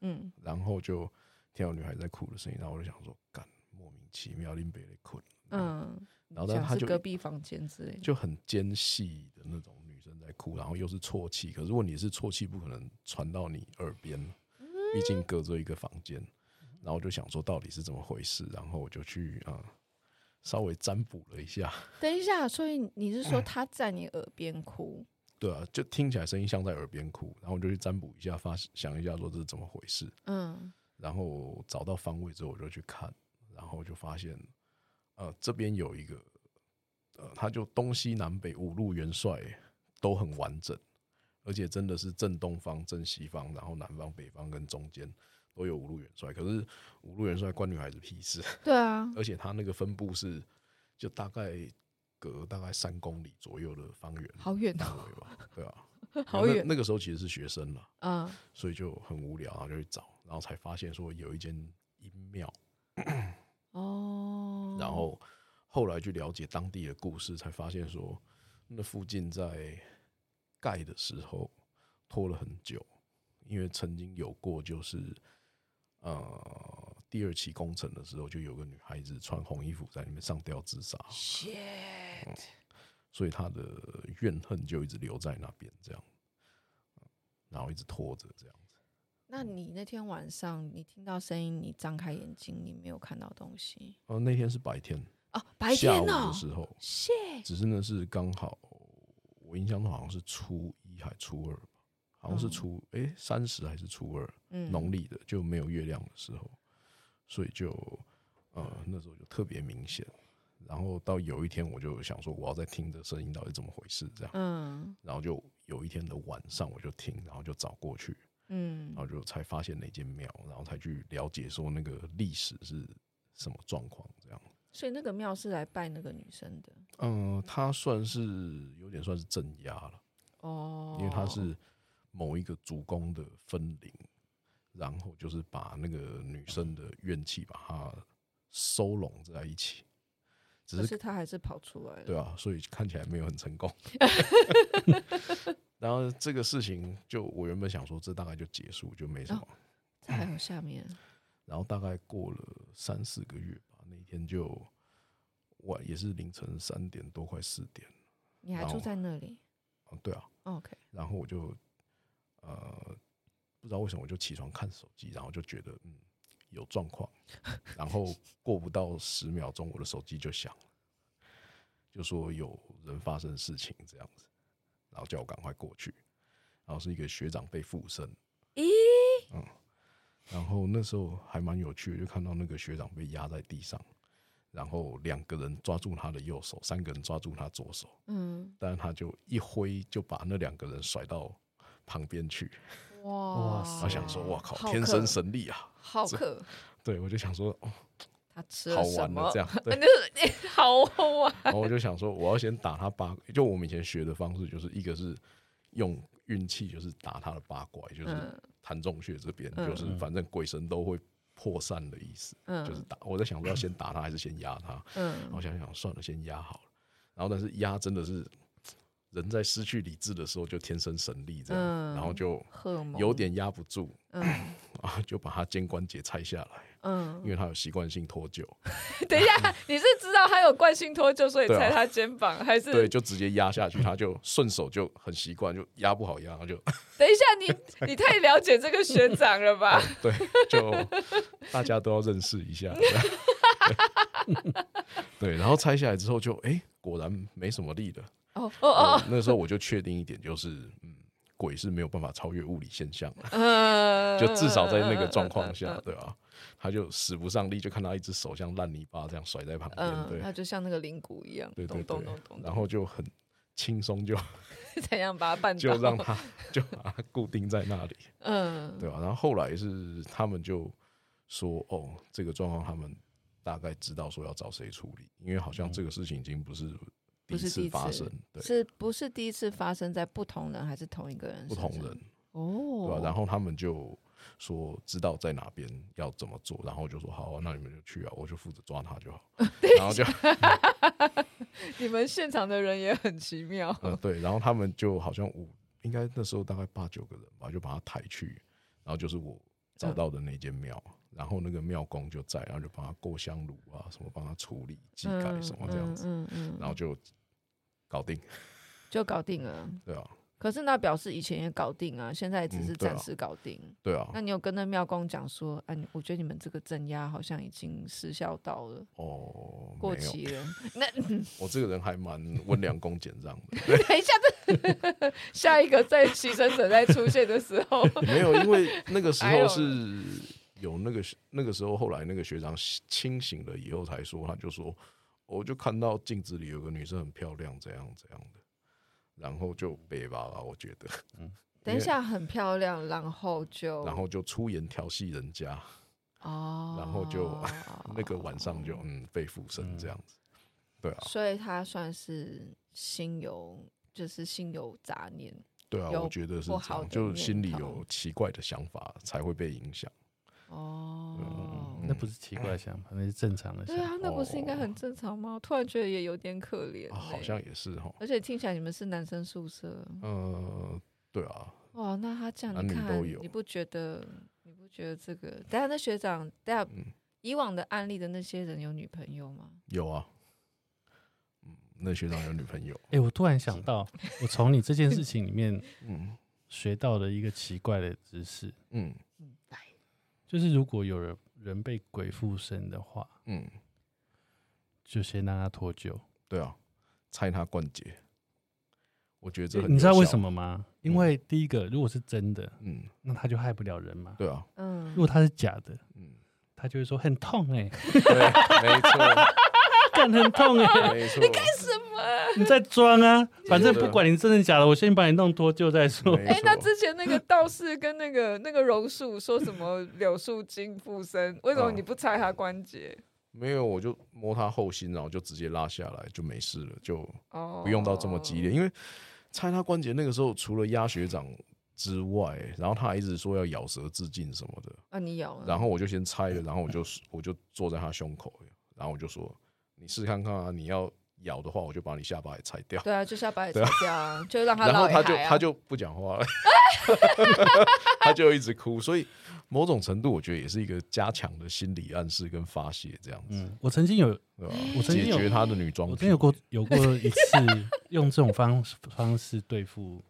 [SPEAKER 1] 嗯
[SPEAKER 2] 然后就听到女孩子在哭的声音，然后我就想说，干，莫名其妙林北在困，
[SPEAKER 1] 嗯，
[SPEAKER 2] 然后但
[SPEAKER 1] 讲
[SPEAKER 2] 他
[SPEAKER 1] 是
[SPEAKER 2] 就
[SPEAKER 1] 隔壁房间之类的，
[SPEAKER 2] 就很尖细的那种女生在哭，然后又是啜泣，可是问题是啜泣不可能传到你耳边，毕竟隔着一个房间。然后我就想说到底是怎么回事，然后我就去啊、呃稍微占卜了一下，
[SPEAKER 1] 等一下，所以你是
[SPEAKER 2] 嗯
[SPEAKER 1] 说他在你耳边哭？
[SPEAKER 2] 对啊，就听起来声音像在耳边哭，然后我就去占卜一下，发想一下说这是怎么回事，
[SPEAKER 1] 嗯
[SPEAKER 2] 然后找到方位之后我就去看，然后就发现呃这边有一个呃，它就东西南北五路元帅都很完整，而且真的是正东方、正西方，然后南方、北方跟中间都有五路元帅。可是五路元帅关女孩子屁事，
[SPEAKER 1] 对啊，
[SPEAKER 2] 而且他那个分布是就大概隔大概三公里左右的方圆
[SPEAKER 1] 好远哦，
[SPEAKER 2] 范 围吧，对啊，
[SPEAKER 1] 好
[SPEAKER 2] 那
[SPEAKER 1] 远
[SPEAKER 2] 那个时候其实是学生了，
[SPEAKER 1] 嗯
[SPEAKER 2] 所以就很无聊，然后就去找，然后才发现说有一间阴庙，
[SPEAKER 1] 哦，
[SPEAKER 2] 然后后来去了解当地的故事，才发现说那附近在盖的时候拖了很久，因为曾经有过就是呃第二期工程的时候，就有个女孩子穿红衣服在里面上吊自杀， 嗯
[SPEAKER 1] shit，
[SPEAKER 2] 所以她的怨恨就一直留在那边这样，呃然后一直拖着这样。
[SPEAKER 1] 那你那天晚上你听到声音，你张开眼睛，你没有看到东西
[SPEAKER 2] 呃，那天是白天，
[SPEAKER 1] 哦，白天
[SPEAKER 2] 下午
[SPEAKER 1] 哦
[SPEAKER 2] 的时候，
[SPEAKER 1] ，shit，
[SPEAKER 2] 只是呢是刚好，我印象中好像是初一还初二吧，好像是
[SPEAKER 1] 嗯
[SPEAKER 2] 初诶三十还是初二，
[SPEAKER 1] 嗯，
[SPEAKER 2] 农历的就没有月亮的时候，所以就呃那时候就特别明显。然后到有一天，我就想说，我要再听这声音到底怎么回事，这样。
[SPEAKER 1] 嗯
[SPEAKER 2] 然后就有一天的晚上，我就听，然后就找过去，
[SPEAKER 1] 嗯
[SPEAKER 2] 然后就才发现哪间庙，然后才去了解说那个历史是什么状况，这样。
[SPEAKER 1] 所以那个庙是来拜那个女生的
[SPEAKER 2] 嗯，他算是有点算是镇压了，
[SPEAKER 1] 哦，
[SPEAKER 2] 因为他是某一个主公的分灵，然后就是把那个女生的怨气把它收拢在一起，只
[SPEAKER 1] 可
[SPEAKER 2] 是
[SPEAKER 1] 是他还是跑出来了。
[SPEAKER 2] 对啊，所以看起来没有很成 功。然后这个事情就我原本想说这大概就结束就没什
[SPEAKER 1] 哦
[SPEAKER 2] 么，
[SPEAKER 1] 这还有下面，
[SPEAKER 2] 然后大概过了三四个月吧，那一天就晚也是凌晨三点多快四点，
[SPEAKER 1] 你还
[SPEAKER 2] 然
[SPEAKER 1] 住
[SPEAKER 2] 后
[SPEAKER 1] 在那里
[SPEAKER 2] 啊对啊，
[SPEAKER 1] ？OK，
[SPEAKER 2] 然后我就呃不知道为什么我就起床看手机，然后就觉得嗯有状况，然后过不到十秒钟，我的手机就响了，就说有人发生事情这样子，然后叫我赶快过去，然后是一个学长被附身，嗯
[SPEAKER 1] 咦，
[SPEAKER 2] 然后那时候还蛮有趣的，就看到那个学长被压在地上。然后两个人抓住他的右手，三个人抓住他左手，
[SPEAKER 1] 嗯，
[SPEAKER 2] 但是他就一挥就把那两个人甩到旁边去。
[SPEAKER 1] 哇，
[SPEAKER 3] 哇塞
[SPEAKER 2] 然后想说，哇靠，
[SPEAKER 1] 哦好
[SPEAKER 2] 天
[SPEAKER 1] 客
[SPEAKER 2] 生神力啊！
[SPEAKER 1] 好
[SPEAKER 2] 这
[SPEAKER 1] 客，
[SPEAKER 2] 对，我就想说，哦，
[SPEAKER 1] 他吃
[SPEAKER 2] 好
[SPEAKER 1] 了什
[SPEAKER 2] 玩
[SPEAKER 1] 么
[SPEAKER 2] 的？这样。对，
[SPEAKER 1] 就是好玩，
[SPEAKER 2] 然后我就想说，我要先打他八，就我们以前学的方式，就是一个是用运气，就是打他的八卦，也就是
[SPEAKER 1] 嗯
[SPEAKER 2] 弹中穴这边，
[SPEAKER 1] 嗯
[SPEAKER 2] 就是反正鬼神都会破散的意思，就是
[SPEAKER 1] 嗯
[SPEAKER 2] 打。我在想说，要先打他还是先压他？然后
[SPEAKER 1] 嗯，
[SPEAKER 2] 想想，算了，先压好了。然后但是压真的是人在失去理智的时候，就天生神力这样，
[SPEAKER 1] 嗯
[SPEAKER 2] 然后就
[SPEAKER 1] 荷尔蒙
[SPEAKER 2] 有，点压不住
[SPEAKER 1] 嗯
[SPEAKER 2] 啊，就把他肩关节拆下来。因
[SPEAKER 1] 嗯。
[SPEAKER 2] 为他有习惯性脱 臼，
[SPEAKER 1] 等一下，你是知道他有惯性脱臼，所以
[SPEAKER 2] 对啊
[SPEAKER 1] 踩他肩膀，还是
[SPEAKER 2] 对，就直接压下去，他就顺手就很习惯，就压不好压，然 后就哦
[SPEAKER 1] 等一下你你太了解这个学长了吧？
[SPEAKER 2] 对，就大家都要认识一下。 对，然后拆下来之后就哎、诶果然没什么力了。
[SPEAKER 1] 哦哦哦，
[SPEAKER 2] 呃那时候我就确定一点，就是嗯，鬼是没有办法超越物理现象的，
[SPEAKER 1] 嗯，
[SPEAKER 2] 就至少在那个状况
[SPEAKER 1] 嗯嗯嗯嗯嗯嗯
[SPEAKER 2] 下，对吧、他就使不上力，就看他一只手像烂泥巴这样甩在旁边，
[SPEAKER 1] 嗯，它
[SPEAKER 2] 对，
[SPEAKER 1] 就像那个铃鼓一样，
[SPEAKER 2] 对对
[SPEAKER 1] 咚咚咚
[SPEAKER 2] 对，
[SPEAKER 1] 咚，
[SPEAKER 2] 然后就很轻松就
[SPEAKER 1] 怎样把它绊倒？
[SPEAKER 2] 就让他 就把它固定在那里，
[SPEAKER 1] 嗯，
[SPEAKER 2] 对啊吧、然后后来是他们就说，哦，这个状况他们大概知道说要找谁处理，因为好像这个事情已经不是第
[SPEAKER 1] 不
[SPEAKER 2] 一
[SPEAKER 1] 是第
[SPEAKER 2] 次
[SPEAKER 1] 一
[SPEAKER 2] 发
[SPEAKER 1] 次
[SPEAKER 2] 生，对，
[SPEAKER 1] 是不是第一次发生在不同人还是同一个人？
[SPEAKER 2] 不同人，
[SPEAKER 1] 哦，
[SPEAKER 2] 对吧、然后他们就说知道在哪边要怎么做，然后就说好、啊，那你们就去啊，我就负责抓他就好， 然后就
[SPEAKER 1] 你们现场的人也很奇妙，
[SPEAKER 2] 呃对，然后他们就好像五，应该那时候大概八九个人吧，就把他抬去，然后就是我
[SPEAKER 1] 嗯
[SPEAKER 2] 找到的那间庙，然后那个庙公就在，然后就帮他过香炉啊，什么帮他处理祭改什么这样子，
[SPEAKER 1] 嗯嗯，嗯
[SPEAKER 2] 然后就搞定，
[SPEAKER 1] 就搞定了。
[SPEAKER 2] 对啊，
[SPEAKER 1] 可是那表示以前也搞定啊，现在只
[SPEAKER 2] 嗯
[SPEAKER 1] 是
[SPEAKER 2] 对啊
[SPEAKER 1] 暂时搞定。
[SPEAKER 2] 对啊
[SPEAKER 1] 那，你有跟那庙公讲说，哎、你我觉得你们这个镇压好像已经失效到了，
[SPEAKER 2] 哦，
[SPEAKER 1] 过
[SPEAKER 2] 没有，
[SPEAKER 1] 期 了。那
[SPEAKER 2] 我这个人还蛮温良恭俭让的，
[SPEAKER 1] 等一下， 这下一个在牺牲者在出现的时候，
[SPEAKER 2] 没有，因为那个时
[SPEAKER 1] 哎
[SPEAKER 2] 候
[SPEAKER 1] 呦
[SPEAKER 2] 是有那个那个时候，后来那个学长清醒了以后才说，他就说，哦我就看到镜子里有个女生很漂亮，怎样怎样的，然后就北吧吧，我觉得，
[SPEAKER 1] 等一下很漂亮，然后就
[SPEAKER 2] 然后就出言调戏人家，
[SPEAKER 1] 哦，
[SPEAKER 2] 然后就 那个晚上就嗯被附身这样子，
[SPEAKER 1] 嗯
[SPEAKER 2] 对啊，
[SPEAKER 1] 所以他算是心有，就是心有杂念。
[SPEAKER 2] 对啊，
[SPEAKER 1] 有
[SPEAKER 2] 我觉得是这
[SPEAKER 1] 不好
[SPEAKER 2] 样，
[SPEAKER 1] 的
[SPEAKER 2] 就
[SPEAKER 1] 念
[SPEAKER 2] 心里
[SPEAKER 1] 头
[SPEAKER 2] 有奇怪的想法才会被影响，嗯
[SPEAKER 1] 哦，
[SPEAKER 3] 那不是奇怪的想法，那是正常的想
[SPEAKER 1] 对
[SPEAKER 3] 法。
[SPEAKER 1] 啊，那不是应该很正常吗？突然觉得也有点可怜欸、
[SPEAKER 2] 哦啊，好像也是哈，
[SPEAKER 1] 而且听起来你们是男生宿舍，
[SPEAKER 2] 呃，对啊，
[SPEAKER 1] 哇，那他这样
[SPEAKER 2] 男
[SPEAKER 1] 你
[SPEAKER 2] 女都
[SPEAKER 1] 看，
[SPEAKER 2] 有
[SPEAKER 1] 你不觉得？你不觉得这个？等一下那学长，等一下、
[SPEAKER 2] 嗯
[SPEAKER 1] 以往的案例的那些人有女朋友吗？
[SPEAKER 2] 有啊，嗯，那学长有女朋友，
[SPEAKER 3] 哎、我突然想到，我从你这件事情里面
[SPEAKER 2] 嗯
[SPEAKER 3] 学到了一个奇怪的知识，
[SPEAKER 2] 嗯
[SPEAKER 1] 嗯，来，
[SPEAKER 3] 就是如果有人人被鬼附身的话，
[SPEAKER 2] 嗯，
[SPEAKER 3] 就先让他脱臼。
[SPEAKER 2] 对啊，拆他关节，我觉得这很嗯
[SPEAKER 3] 你知道为什
[SPEAKER 2] 么？
[SPEAKER 3] 么吗？因为第一个，如果是真的，
[SPEAKER 2] 嗯，
[SPEAKER 3] 那他就害不了人嘛。
[SPEAKER 2] 对 啊，
[SPEAKER 1] 嗯
[SPEAKER 3] 如，果他是假的，
[SPEAKER 2] 嗯，
[SPEAKER 3] 他就会说很痛哎、
[SPEAKER 2] 对，没错，
[SPEAKER 3] 欸干很痛哎、
[SPEAKER 2] 没错，你干什
[SPEAKER 3] 你在 装啊！反
[SPEAKER 2] 真
[SPEAKER 3] 正
[SPEAKER 2] 的
[SPEAKER 3] 不管你真的假的，我先把你弄脱臼再说。
[SPEAKER 2] 没
[SPEAKER 1] 哎、那
[SPEAKER 2] 错
[SPEAKER 1] 之前那个道士跟那个那个榕树说什么柳树精附身，为什么
[SPEAKER 2] 嗯
[SPEAKER 1] 你不拆他关节？
[SPEAKER 2] 没有，我就摸他后心，然后就直接拉下来，就没事了，就
[SPEAKER 1] 哦，
[SPEAKER 2] 不用到这么激
[SPEAKER 3] 哦
[SPEAKER 2] 烈。因为拆他关节那个时候，除了压学长之外，然后他还一直说要咬舌自尽什么的，
[SPEAKER 1] 啊！你
[SPEAKER 3] 嗯
[SPEAKER 1] 有，
[SPEAKER 2] 然后我就先拆了，然后我就我就坐在他胸口，然后我就说：“你试看看啊，你要咬的话，我就把你下巴也拆掉。”
[SPEAKER 1] 对啊，就是要把你拆掉啊，就让他
[SPEAKER 2] 然后
[SPEAKER 1] 老
[SPEAKER 2] 他
[SPEAKER 1] 也
[SPEAKER 2] 就
[SPEAKER 1] 嗨啊
[SPEAKER 2] 他就不讲话了， 他就一直哭，所以某种程度我觉得也是一个加强的心理暗示跟发泄，这样子，
[SPEAKER 3] 嗯，我曾经有，
[SPEAKER 2] 对吧
[SPEAKER 3] 我？曾经
[SPEAKER 2] 解
[SPEAKER 3] 有
[SPEAKER 2] 决他的女装癖，
[SPEAKER 3] 我曾经有过有过 一次用这种方方式对付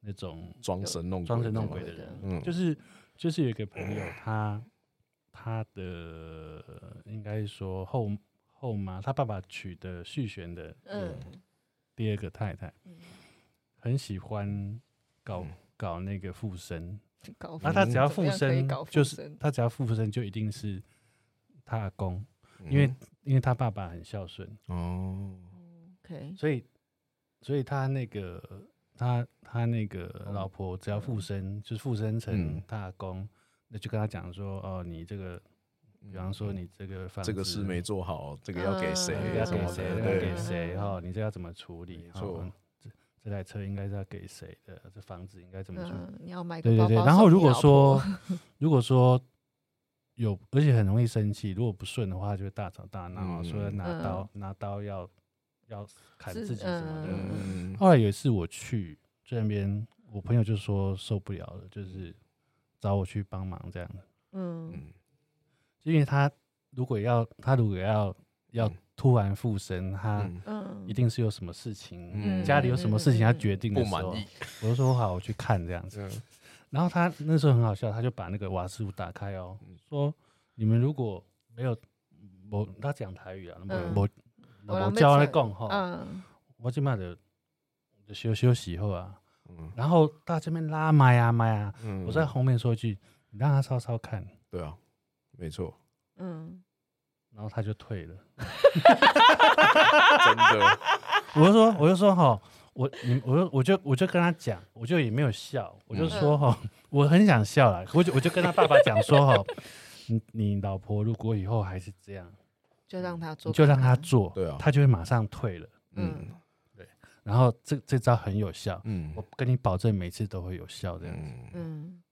[SPEAKER 3] 那种
[SPEAKER 2] 装神弄鬼
[SPEAKER 3] 装神弄
[SPEAKER 2] 对
[SPEAKER 3] 鬼
[SPEAKER 2] 吧
[SPEAKER 3] 的人，
[SPEAKER 2] 嗯，
[SPEAKER 3] 就是就是有一个朋友，他他的应该说后后妈，他爸爸娶的续弦的
[SPEAKER 1] 嗯
[SPEAKER 3] 第二个太太
[SPEAKER 1] 嗯，
[SPEAKER 3] 很喜欢搞
[SPEAKER 2] 嗯
[SPEAKER 3] 搞那个附身，
[SPEAKER 1] 搞
[SPEAKER 3] 那他只要附
[SPEAKER 1] 嗯怎么样可以
[SPEAKER 3] 身
[SPEAKER 1] 搞，附
[SPEAKER 3] 就是
[SPEAKER 1] 身
[SPEAKER 3] 他只要附身就一定是他阿公，
[SPEAKER 2] 嗯
[SPEAKER 3] 因为因为他爸爸很孝顺，
[SPEAKER 2] 哦，
[SPEAKER 1] OK，
[SPEAKER 3] 所以所以他那个他他那个老婆只要附身，就是附身成
[SPEAKER 2] 哦嗯
[SPEAKER 3] 他阿公，那就跟他讲说，哦，你这个，比方说你这个房
[SPEAKER 2] 嗯这个
[SPEAKER 3] 子
[SPEAKER 2] 事没做好，这个要给谁
[SPEAKER 3] 这
[SPEAKER 1] 嗯
[SPEAKER 3] 个要
[SPEAKER 2] 什
[SPEAKER 3] 给
[SPEAKER 2] 么
[SPEAKER 3] 谁，
[SPEAKER 2] 的
[SPEAKER 3] 这个要
[SPEAKER 2] 对
[SPEAKER 3] 给谁哈，你这要怎么处理？
[SPEAKER 2] 没
[SPEAKER 3] 哈
[SPEAKER 2] 错
[SPEAKER 3] 嗯这这台车应该是要给谁的？这房子应该怎么处理？
[SPEAKER 1] 嗯，你要买个
[SPEAKER 3] 对对
[SPEAKER 1] 包
[SPEAKER 3] 对，
[SPEAKER 1] 包
[SPEAKER 3] 然后
[SPEAKER 1] 送
[SPEAKER 3] 如
[SPEAKER 1] 你
[SPEAKER 3] 果
[SPEAKER 1] 老
[SPEAKER 3] 说
[SPEAKER 1] 婆
[SPEAKER 3] 如果说有，而且很容易生气，如果不顺的话就会大吵大闹啊，
[SPEAKER 2] 嗯
[SPEAKER 3] 说要拿刀、拿刀要要砍
[SPEAKER 1] 自
[SPEAKER 3] 自己什么的。
[SPEAKER 2] 嗯，
[SPEAKER 3] 后来有一次我去去那边，我朋友就说受不了了，就是找我去帮忙这样的，
[SPEAKER 1] 嗯，
[SPEAKER 2] 嗯
[SPEAKER 3] 因为他如果要他如果要要
[SPEAKER 2] 嗯
[SPEAKER 3] 突然附身，他
[SPEAKER 2] 嗯
[SPEAKER 1] 嗯
[SPEAKER 3] 一定是有什么事情。
[SPEAKER 2] 嗯
[SPEAKER 3] 家里有什么事情，他决定的
[SPEAKER 2] 不
[SPEAKER 3] 时
[SPEAKER 2] 满
[SPEAKER 3] 候，
[SPEAKER 2] 意，
[SPEAKER 3] 我就说好，我去看这样子。
[SPEAKER 2] 嗯
[SPEAKER 3] 然后他那时候很好笑，他就把那个瓦斯炉打开哦，
[SPEAKER 2] 嗯
[SPEAKER 3] 说你们如果没有我他讲台语啊，
[SPEAKER 1] 嗯
[SPEAKER 3] 我
[SPEAKER 1] 我
[SPEAKER 3] 我
[SPEAKER 1] 人
[SPEAKER 3] 教
[SPEAKER 1] 要
[SPEAKER 3] 他讲吼，
[SPEAKER 1] 嗯
[SPEAKER 3] 我今麦就就休休息以后啊，
[SPEAKER 2] 嗯
[SPEAKER 3] 然后大家这边拉麦啊麦啊，
[SPEAKER 2] 嗯
[SPEAKER 3] 我在后面说一句，你让他稍稍看，
[SPEAKER 2] 对啊，没错，
[SPEAKER 1] 嗯，
[SPEAKER 3] 然后他就退了。
[SPEAKER 2] 真的，嗯
[SPEAKER 3] 我就说我就说哈，我你我就我就我就跟他讲，我就也没有笑，我就说哈，我很想笑啦，我就我就跟他爸爸讲说哈， 你你老婆如果以后还是这样。
[SPEAKER 1] 就让他做，
[SPEAKER 3] 你就让他，做，
[SPEAKER 2] 对啊
[SPEAKER 3] 他就会马上退了。
[SPEAKER 2] 嗯
[SPEAKER 1] 嗯
[SPEAKER 3] 然后这这招很有效，
[SPEAKER 2] 嗯
[SPEAKER 3] 我跟你保证，每次都会有效这样子。
[SPEAKER 2] 嗯，
[SPEAKER 1] 嗯，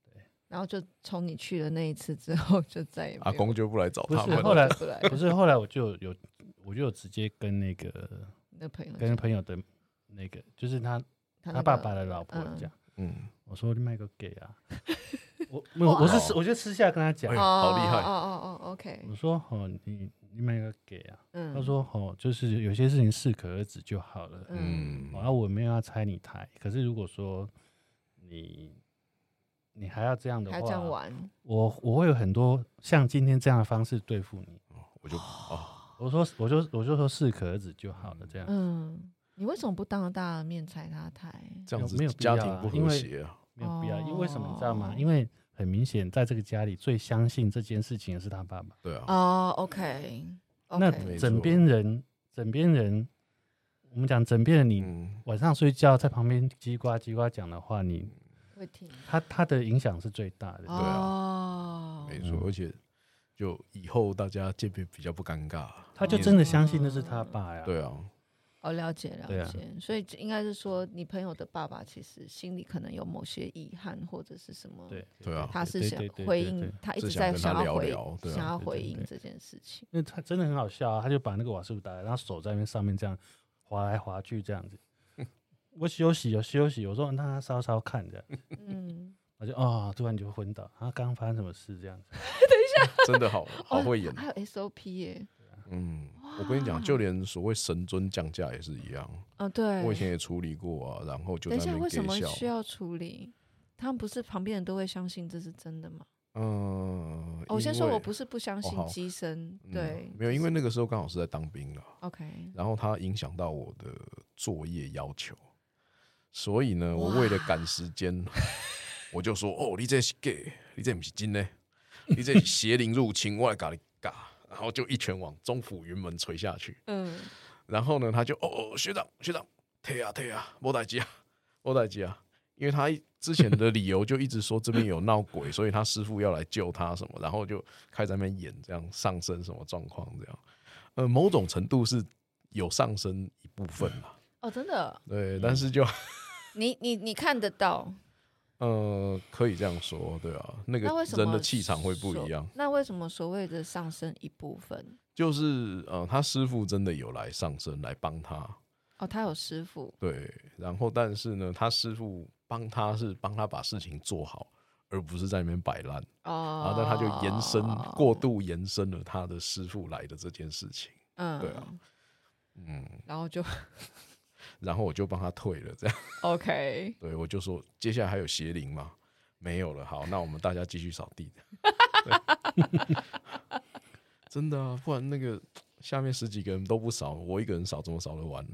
[SPEAKER 1] 然后就从你去了那一次之后，就再也没
[SPEAKER 2] 阿
[SPEAKER 1] 有
[SPEAKER 2] 公就不来找
[SPEAKER 3] 不
[SPEAKER 2] 他
[SPEAKER 3] 是
[SPEAKER 2] 们
[SPEAKER 3] 后
[SPEAKER 2] 了，
[SPEAKER 3] 来，
[SPEAKER 1] 出来
[SPEAKER 3] 不是后来，我就有我就有直接跟那个
[SPEAKER 1] 你的朋友
[SPEAKER 3] 跟
[SPEAKER 1] 讲
[SPEAKER 3] 朋友的那个，就是他
[SPEAKER 1] 他
[SPEAKER 3] 他
[SPEAKER 1] 那
[SPEAKER 3] 爸
[SPEAKER 1] 个
[SPEAKER 3] 爸的老婆讲，
[SPEAKER 2] 嗯，
[SPEAKER 3] 我说你卖个给 啊，我没有，我是私我就私下跟他讲
[SPEAKER 2] 哎，
[SPEAKER 1] 哦
[SPEAKER 2] 好厉害
[SPEAKER 1] 哦哦哦，OK，
[SPEAKER 3] 我说哦，你你卖个给啊，
[SPEAKER 1] 嗯，
[SPEAKER 3] 他说哦，就是有些事情适可而止就好了。
[SPEAKER 1] 嗯，
[SPEAKER 2] 嗯
[SPEAKER 3] 然后我没有要拆你台，可是如果说你你还要这样
[SPEAKER 2] 嗯
[SPEAKER 3] 的
[SPEAKER 1] 还
[SPEAKER 3] 话，
[SPEAKER 1] 这样玩，
[SPEAKER 3] 我我会有很多像今天这样的方式对付你。
[SPEAKER 2] 我就啊，
[SPEAKER 3] 我说我就我就说适可而止就好了，这样、
[SPEAKER 1] 嗯，你为什么不当着大家的面踩他台？
[SPEAKER 2] 这样子
[SPEAKER 3] 没有必要
[SPEAKER 2] 家
[SPEAKER 3] 啊
[SPEAKER 2] 庭不
[SPEAKER 3] 因
[SPEAKER 2] 和
[SPEAKER 3] 为
[SPEAKER 2] 谐啊，
[SPEAKER 3] 没有必要。因为什么你知道吗
[SPEAKER 1] 哦？
[SPEAKER 3] 因为很明显，在这个家里最相信这件事情的是他爸爸。
[SPEAKER 2] 对啊，
[SPEAKER 1] 哦，OK，
[SPEAKER 2] 没
[SPEAKER 3] 那
[SPEAKER 2] 错
[SPEAKER 3] 枕边人，枕边人，我们讲枕边人，你
[SPEAKER 2] 嗯，
[SPEAKER 3] 晚上睡觉在旁边叽呱叽呱讲的话，你
[SPEAKER 1] 会听
[SPEAKER 3] 他他的影响是最大的。
[SPEAKER 2] 啊
[SPEAKER 1] 哦
[SPEAKER 2] 没错，
[SPEAKER 3] 嗯
[SPEAKER 2] 而且就以后大家见面比较不尴尬，
[SPEAKER 3] 他就
[SPEAKER 2] 你
[SPEAKER 3] 真的相信那是他爸呀。
[SPEAKER 2] 对啊，
[SPEAKER 1] 哦，了解
[SPEAKER 3] 对
[SPEAKER 1] 了
[SPEAKER 3] 啊
[SPEAKER 1] 解，所以这应该是说，你朋友的爸爸其实心里可能有某些遗憾或者是什么，
[SPEAKER 3] 对
[SPEAKER 2] 对啊
[SPEAKER 1] 他是
[SPEAKER 3] 对
[SPEAKER 1] 想
[SPEAKER 3] 对对
[SPEAKER 1] 回
[SPEAKER 3] 对对
[SPEAKER 1] 应，他一
[SPEAKER 2] 是
[SPEAKER 1] 直
[SPEAKER 2] 想
[SPEAKER 1] 在
[SPEAKER 2] 跟他
[SPEAKER 1] 要
[SPEAKER 2] 聊
[SPEAKER 1] 回
[SPEAKER 2] 聊，对
[SPEAKER 1] 想
[SPEAKER 2] 啊，
[SPEAKER 1] 要
[SPEAKER 3] 对
[SPEAKER 1] 回
[SPEAKER 3] 对
[SPEAKER 1] 应
[SPEAKER 3] 对
[SPEAKER 1] 这件事情。
[SPEAKER 3] 因为他真的很好笑啊，他就把那个瓦斯炉打开，然后手在那边上面这样滑来滑去这样子。
[SPEAKER 2] 嗯
[SPEAKER 3] 我休息，有休息，我说那他稍稍看着，
[SPEAKER 1] 嗯，
[SPEAKER 3] 我就哦，突然就昏倒，啊，刚刚发生什么事这样子？
[SPEAKER 2] 真 的好好会演，
[SPEAKER 1] 还有 SOP 耶，
[SPEAKER 2] 嗯，我跟你讲，就连所谓神尊降价也是一样，
[SPEAKER 1] 嗯，对。
[SPEAKER 2] 我以前也处理过啊，然后就
[SPEAKER 1] 等
[SPEAKER 2] 在
[SPEAKER 1] 一下，
[SPEAKER 2] 那
[SPEAKER 1] 为什
[SPEAKER 2] 边
[SPEAKER 1] 么
[SPEAKER 2] 给
[SPEAKER 1] 需
[SPEAKER 2] 笑，
[SPEAKER 1] 要处理？他们不是旁边人都会相信这是真的吗？
[SPEAKER 2] 嗯，
[SPEAKER 1] 哦我先
[SPEAKER 2] 因
[SPEAKER 1] 说，
[SPEAKER 2] 为
[SPEAKER 1] 我不是不相信
[SPEAKER 2] 好
[SPEAKER 1] 机身，
[SPEAKER 2] 嗯
[SPEAKER 1] 对，
[SPEAKER 2] 没有，
[SPEAKER 1] 只
[SPEAKER 2] 因
[SPEAKER 1] 是
[SPEAKER 2] 为那个时候刚好是在当兵啊了。
[SPEAKER 1] OK，
[SPEAKER 2] 然后它影响到我的作业要求，所以呢，我为了赶时间，我就说：“哦，你这是 gay，你这不是真的，你这是邪灵入侵，我来搞你嘎。”然后就一拳往中府云门捶下去。
[SPEAKER 1] 嗯，
[SPEAKER 2] 然后呢，他就哦哦，学长学长，退啊退啊，莫代机啊，莫代机啊，因为他一之前的理由就一直说这边有闹鬼，所以他师傅要来救他什么，然后就开始在那边演这样上升什么状况这样，呃，某种程度是有上升一部分嘛，
[SPEAKER 1] 哦，真的，
[SPEAKER 2] 对，但是就
[SPEAKER 1] 你你你看得到，
[SPEAKER 2] 呃，可以这样说，对啊，那个
[SPEAKER 1] 那为什么
[SPEAKER 2] 人的气场会不
[SPEAKER 1] 所
[SPEAKER 2] 一样，。
[SPEAKER 1] 那为什么所谓的上升一部分？
[SPEAKER 2] 就是呃，他师傅真的有来上身来帮他，
[SPEAKER 1] 哦，他有师傅，
[SPEAKER 2] 对，然后但是呢，他师傅帮他是帮他把事情做好，而不是在那边摆烂。然
[SPEAKER 1] 哦
[SPEAKER 2] 后，但啊他就延伸过，度延伸了他的师傅来的这件事情。
[SPEAKER 1] 嗯，
[SPEAKER 2] 对啊，嗯，
[SPEAKER 1] 然后就
[SPEAKER 2] 然后我就帮他退了，这样。
[SPEAKER 1] OK，
[SPEAKER 2] 对，我就说接下来还有邪灵吗？没有了，好，那我们大家继续扫地。对 真的啊，不然那个下面十几个人都不扫，我一个人扫怎么扫得完？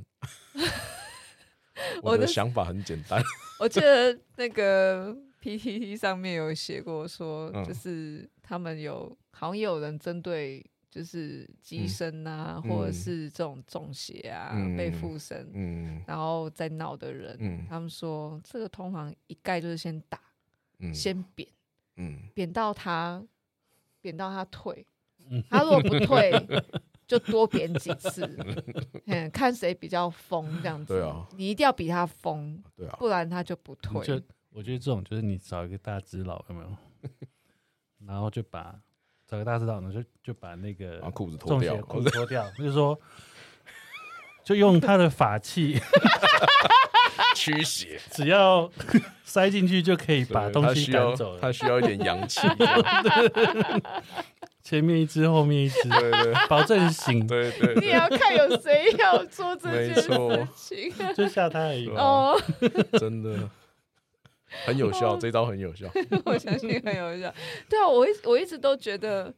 [SPEAKER 2] 我
[SPEAKER 1] 我
[SPEAKER 2] 的
[SPEAKER 1] 的
[SPEAKER 2] 想法很简单，
[SPEAKER 1] 我记得那个 PTT 上面有写过说，
[SPEAKER 2] 嗯
[SPEAKER 1] 就是他们有好像也有人针对就是机
[SPEAKER 2] 嗯
[SPEAKER 1] 身啊，或者
[SPEAKER 2] 嗯
[SPEAKER 1] 是这种中邪啊、
[SPEAKER 2] 嗯
[SPEAKER 1] 被
[SPEAKER 2] 嗯
[SPEAKER 1] 附身，
[SPEAKER 2] 嗯
[SPEAKER 1] 然后在闹的人，
[SPEAKER 2] 嗯
[SPEAKER 1] 他们说这个通常一概就是先打，
[SPEAKER 2] 嗯
[SPEAKER 1] 先扁，
[SPEAKER 2] 嗯。
[SPEAKER 1] 扁到他，扁到他退
[SPEAKER 3] 嗯，
[SPEAKER 1] 他如果不 退。就多扁几次，嗯，看谁比较疯这样子。
[SPEAKER 2] 对啊
[SPEAKER 1] 你一定要比他疯，
[SPEAKER 2] 对啊，
[SPEAKER 1] 不然他就不退。
[SPEAKER 3] 就我觉得这种就是你找一个大只佬有没 有？然后就把找个大只佬呢，就就把那个
[SPEAKER 2] 把裤子脱
[SPEAKER 3] 中
[SPEAKER 2] 掉
[SPEAKER 3] 邪，裤子脱掉，就是说，就用他的法器，
[SPEAKER 2] 驱邪，
[SPEAKER 3] 只要塞进去就可以把
[SPEAKER 2] 对
[SPEAKER 3] 东
[SPEAKER 2] 他
[SPEAKER 3] 西
[SPEAKER 2] 需要
[SPEAKER 3] 赶走了
[SPEAKER 2] 他。需要一点阳 气，这样
[SPEAKER 3] 前面一只，后面一只，
[SPEAKER 2] 对对
[SPEAKER 3] 保证醒，
[SPEAKER 2] 对 对
[SPEAKER 1] 你也要看有谁要做这
[SPEAKER 2] 没
[SPEAKER 1] 件
[SPEAKER 2] 错
[SPEAKER 1] 事情
[SPEAKER 3] 就吓他而已。
[SPEAKER 2] 对啊
[SPEAKER 1] 哦，
[SPEAKER 2] 对，真的很有效，这招很有效。
[SPEAKER 1] 我相信很有效。对啊，我一我一直都觉得，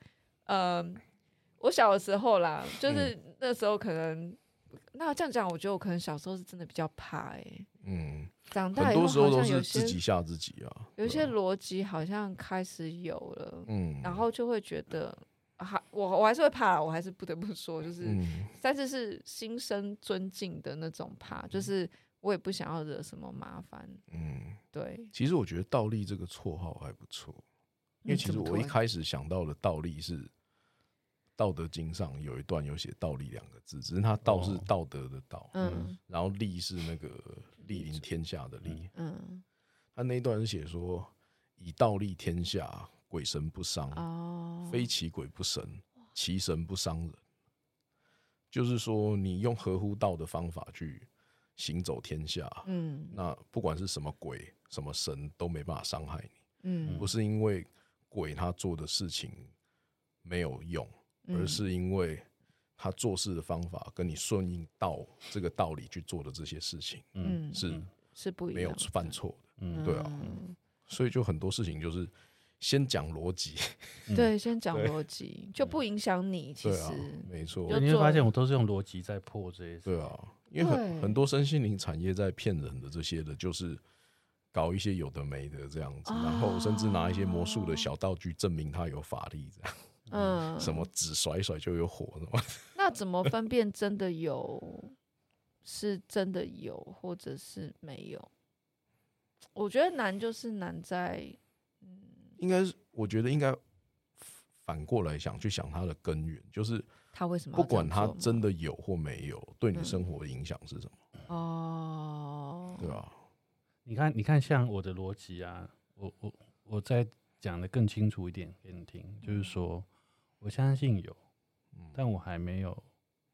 [SPEAKER 1] 呃，我小的时候啦，
[SPEAKER 2] 嗯
[SPEAKER 1] 就是那时候可能，那这样讲，我觉得我可能小时候是真的比较怕哎、
[SPEAKER 2] 嗯，
[SPEAKER 1] 长大
[SPEAKER 2] 很
[SPEAKER 1] 以后
[SPEAKER 2] 多时候
[SPEAKER 1] 好
[SPEAKER 2] 都
[SPEAKER 1] 像
[SPEAKER 2] 是
[SPEAKER 1] 有
[SPEAKER 2] 自己
[SPEAKER 1] 些
[SPEAKER 2] 吓自己啊，
[SPEAKER 1] 有
[SPEAKER 2] 对
[SPEAKER 1] 一些
[SPEAKER 2] 啊
[SPEAKER 1] 逻辑好像开始有了，
[SPEAKER 2] 嗯，
[SPEAKER 1] 然后就会觉得。还、我我还是会怕啦，我还是不得不说，就是、
[SPEAKER 2] 嗯
[SPEAKER 1] 但是是心生尊敬的那种怕，就是我也不想要惹什么麻烦，
[SPEAKER 2] 嗯，
[SPEAKER 1] 对，
[SPEAKER 2] 其实我觉得倒立这个绰号还不错，因为
[SPEAKER 1] 嗯
[SPEAKER 2] 其
[SPEAKER 1] 怎
[SPEAKER 2] 实
[SPEAKER 1] 么
[SPEAKER 2] 我
[SPEAKER 1] 突
[SPEAKER 2] 一
[SPEAKER 1] 然
[SPEAKER 2] 开始想到的倒立是《道德经》上有一段有写“倒立”两个字，只是它“道”是
[SPEAKER 3] 哦
[SPEAKER 2] 道德的“道”，
[SPEAKER 1] 嗯
[SPEAKER 2] 然后“立”是那个莅临天下的“立”。
[SPEAKER 1] 嗯
[SPEAKER 2] 他那一段是写说：“以道立天下，鬼神不伤；
[SPEAKER 1] 哦，
[SPEAKER 2] 非其鬼不神，其神不伤人。”就是说，你用合乎道的方法去行走天下，
[SPEAKER 1] 嗯
[SPEAKER 2] 那不管是什么鬼、什么神都没办法伤害你。
[SPEAKER 1] 嗯，
[SPEAKER 2] 不是因为鬼他做的事情没有用，
[SPEAKER 1] 嗯
[SPEAKER 2] 而是因为他做事的方法跟你顺应道这个道理去做的这些事情
[SPEAKER 1] 嗯
[SPEAKER 2] 是
[SPEAKER 1] 是不一
[SPEAKER 2] 没有
[SPEAKER 1] 样的
[SPEAKER 2] 犯错的。
[SPEAKER 3] 嗯
[SPEAKER 2] 对啊
[SPEAKER 1] 嗯
[SPEAKER 2] 所以就很多事情就是先讲逻辑，
[SPEAKER 3] 嗯
[SPEAKER 1] 对，先讲
[SPEAKER 2] 对嗯
[SPEAKER 1] 逻辑就不影响你，其
[SPEAKER 2] 对
[SPEAKER 1] 实
[SPEAKER 2] 啊，没错，
[SPEAKER 1] 嗯就
[SPEAKER 3] 你会
[SPEAKER 1] 做
[SPEAKER 3] 发现我都是用逻辑在破这些事。
[SPEAKER 2] 对啊，因为很
[SPEAKER 1] 对
[SPEAKER 2] 很多身心灵产业在骗人的这些的，就是搞一些有的没的这样子，然后甚至拿一些魔术的小道具证明他有法力，这样、
[SPEAKER 1] 嗯，
[SPEAKER 2] 什么纸甩一甩就有火，什么
[SPEAKER 1] 那怎么分辨真的有是真的有，或者是没有？我觉得难就是难在
[SPEAKER 2] 应该是我觉得应该反过来想去想它的根源，就是
[SPEAKER 1] 他为什么要
[SPEAKER 2] 不管
[SPEAKER 1] 这样
[SPEAKER 2] 它
[SPEAKER 1] 做嘛
[SPEAKER 2] 真的有或没有，对你
[SPEAKER 1] 嗯
[SPEAKER 2] 生活的影响是什么，
[SPEAKER 1] 哦，
[SPEAKER 2] 对啊吧？
[SPEAKER 3] 你看，你看，像我的逻辑啊，我我我再讲的更清楚一点给你听，就是说，我相信有，
[SPEAKER 2] 嗯，
[SPEAKER 3] 但我还没有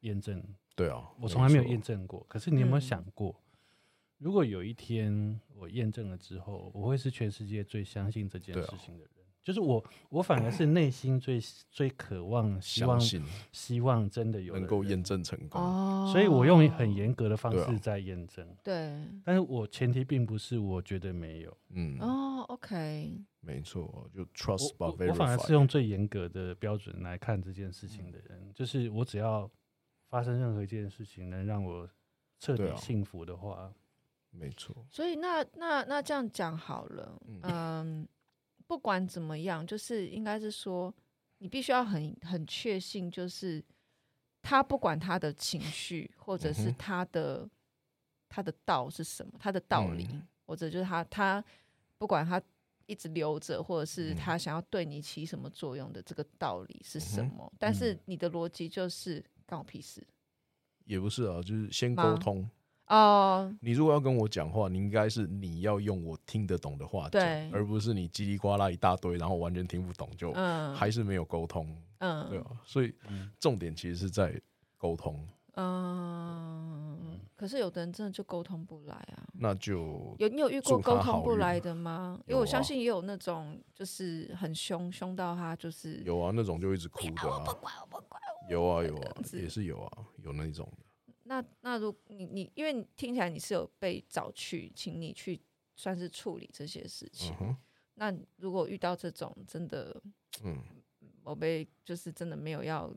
[SPEAKER 3] 验证，
[SPEAKER 2] 对啊，
[SPEAKER 3] 我从来没有
[SPEAKER 2] 错
[SPEAKER 3] 验，证过。可是你有没有
[SPEAKER 1] 嗯
[SPEAKER 3] 想过，如果有一天我验证了之后，我会是全世界最相信这件
[SPEAKER 2] 对啊
[SPEAKER 3] 事情的人？就是我，我反而是内心最最渴望、希
[SPEAKER 2] 相
[SPEAKER 3] 望、
[SPEAKER 2] 信
[SPEAKER 3] 希望真的有的
[SPEAKER 2] 能够
[SPEAKER 3] 人
[SPEAKER 2] 验，证成功，
[SPEAKER 1] 哦，
[SPEAKER 3] 所以我用很严格的方
[SPEAKER 2] 对啊
[SPEAKER 3] 式在验证。
[SPEAKER 1] 对
[SPEAKER 3] 但是我前提并不是我觉得没有，
[SPEAKER 2] 嗯，
[SPEAKER 1] 哦，OK，
[SPEAKER 2] 没错，哦就 trust
[SPEAKER 3] 我
[SPEAKER 2] but
[SPEAKER 3] 我我反而是
[SPEAKER 2] verify，
[SPEAKER 3] 用最严格的标准来看这件事情的人，就是我只要发生任何一件事情能让我彻
[SPEAKER 2] 对
[SPEAKER 3] 底
[SPEAKER 2] 啊
[SPEAKER 3] 幸福的话，
[SPEAKER 2] 没错，
[SPEAKER 1] 所以那那那这样讲好了，
[SPEAKER 2] 嗯
[SPEAKER 1] 嗯，不管怎么样，就是应该是说，你必须要很很确信，就是他不管他的情绪，或者是
[SPEAKER 2] 嗯哼
[SPEAKER 1] 他的、他的道是什么，他的道理，
[SPEAKER 2] 嗯
[SPEAKER 1] 或者就是他他不管他一直留着，或者是
[SPEAKER 2] 嗯
[SPEAKER 1] 他想要对你起什么作用的这个道理是什
[SPEAKER 2] 嗯
[SPEAKER 1] 么，但是你的逻辑就是干我屁事
[SPEAKER 2] 也不是啊，就是先沟
[SPEAKER 1] 吗
[SPEAKER 2] 通。
[SPEAKER 1] 哦，
[SPEAKER 2] 你如果要跟我讲话，你应该是你要用我听得懂的话讲
[SPEAKER 1] 对，
[SPEAKER 2] 而不是你叽里呱啦一大堆，然后完全听不懂就
[SPEAKER 1] 嗯，
[SPEAKER 2] 还是没有沟通，对
[SPEAKER 1] 嗯
[SPEAKER 2] 啊。所以
[SPEAKER 3] 嗯
[SPEAKER 2] 重点其实是在沟通，
[SPEAKER 1] 嗯，可是有的人真的就沟通不来啊。
[SPEAKER 2] 那就
[SPEAKER 1] 有你有遇过
[SPEAKER 2] 祝
[SPEAKER 1] 沟
[SPEAKER 2] 他
[SPEAKER 1] 通
[SPEAKER 2] 好
[SPEAKER 1] 不
[SPEAKER 2] 运啊
[SPEAKER 1] 来的吗？因为
[SPEAKER 2] 有
[SPEAKER 1] 我相
[SPEAKER 2] 啊
[SPEAKER 1] 信也有那种就是很凶，凶到他就是
[SPEAKER 2] 有啊，那种就一直哭的
[SPEAKER 1] 哎
[SPEAKER 2] 啊，有啊有啊
[SPEAKER 1] 样，子
[SPEAKER 2] 也是有啊，有那种的。
[SPEAKER 1] 那那如你你，因为你听起来你是有被找去，请你去算是处理这些事情
[SPEAKER 2] 嗯。哼，
[SPEAKER 1] 那如果遇到这种真的，
[SPEAKER 2] 嗯，
[SPEAKER 1] 我被就是真的没有要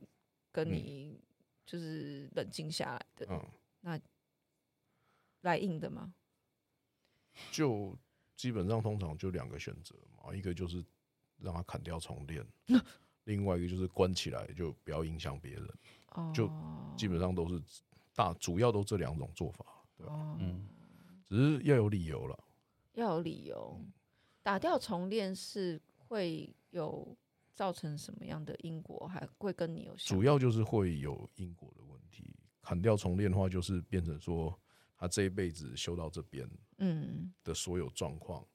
[SPEAKER 1] 跟
[SPEAKER 2] 嗯
[SPEAKER 1] 你就是冷静下来的，
[SPEAKER 2] 嗯
[SPEAKER 1] 来硬的吗？
[SPEAKER 2] 就基本上通常就两个选择嘛，一个就是让他砍掉重练，另外一个就是关起来，就不要影响别人。
[SPEAKER 1] 哦，
[SPEAKER 2] 就基本上都是大主要都这两种做法，对吧？
[SPEAKER 1] 哦
[SPEAKER 3] 嗯，
[SPEAKER 2] 只是要有理由了。
[SPEAKER 1] 要有理由。
[SPEAKER 2] 嗯
[SPEAKER 1] 打掉重练是会有造成什么样的因果，还会跟你有相
[SPEAKER 2] 主要就是会有因果的问题。砍掉重练的话，就是变成说他这一辈子修到这边
[SPEAKER 1] 嗯
[SPEAKER 2] 的所有状况，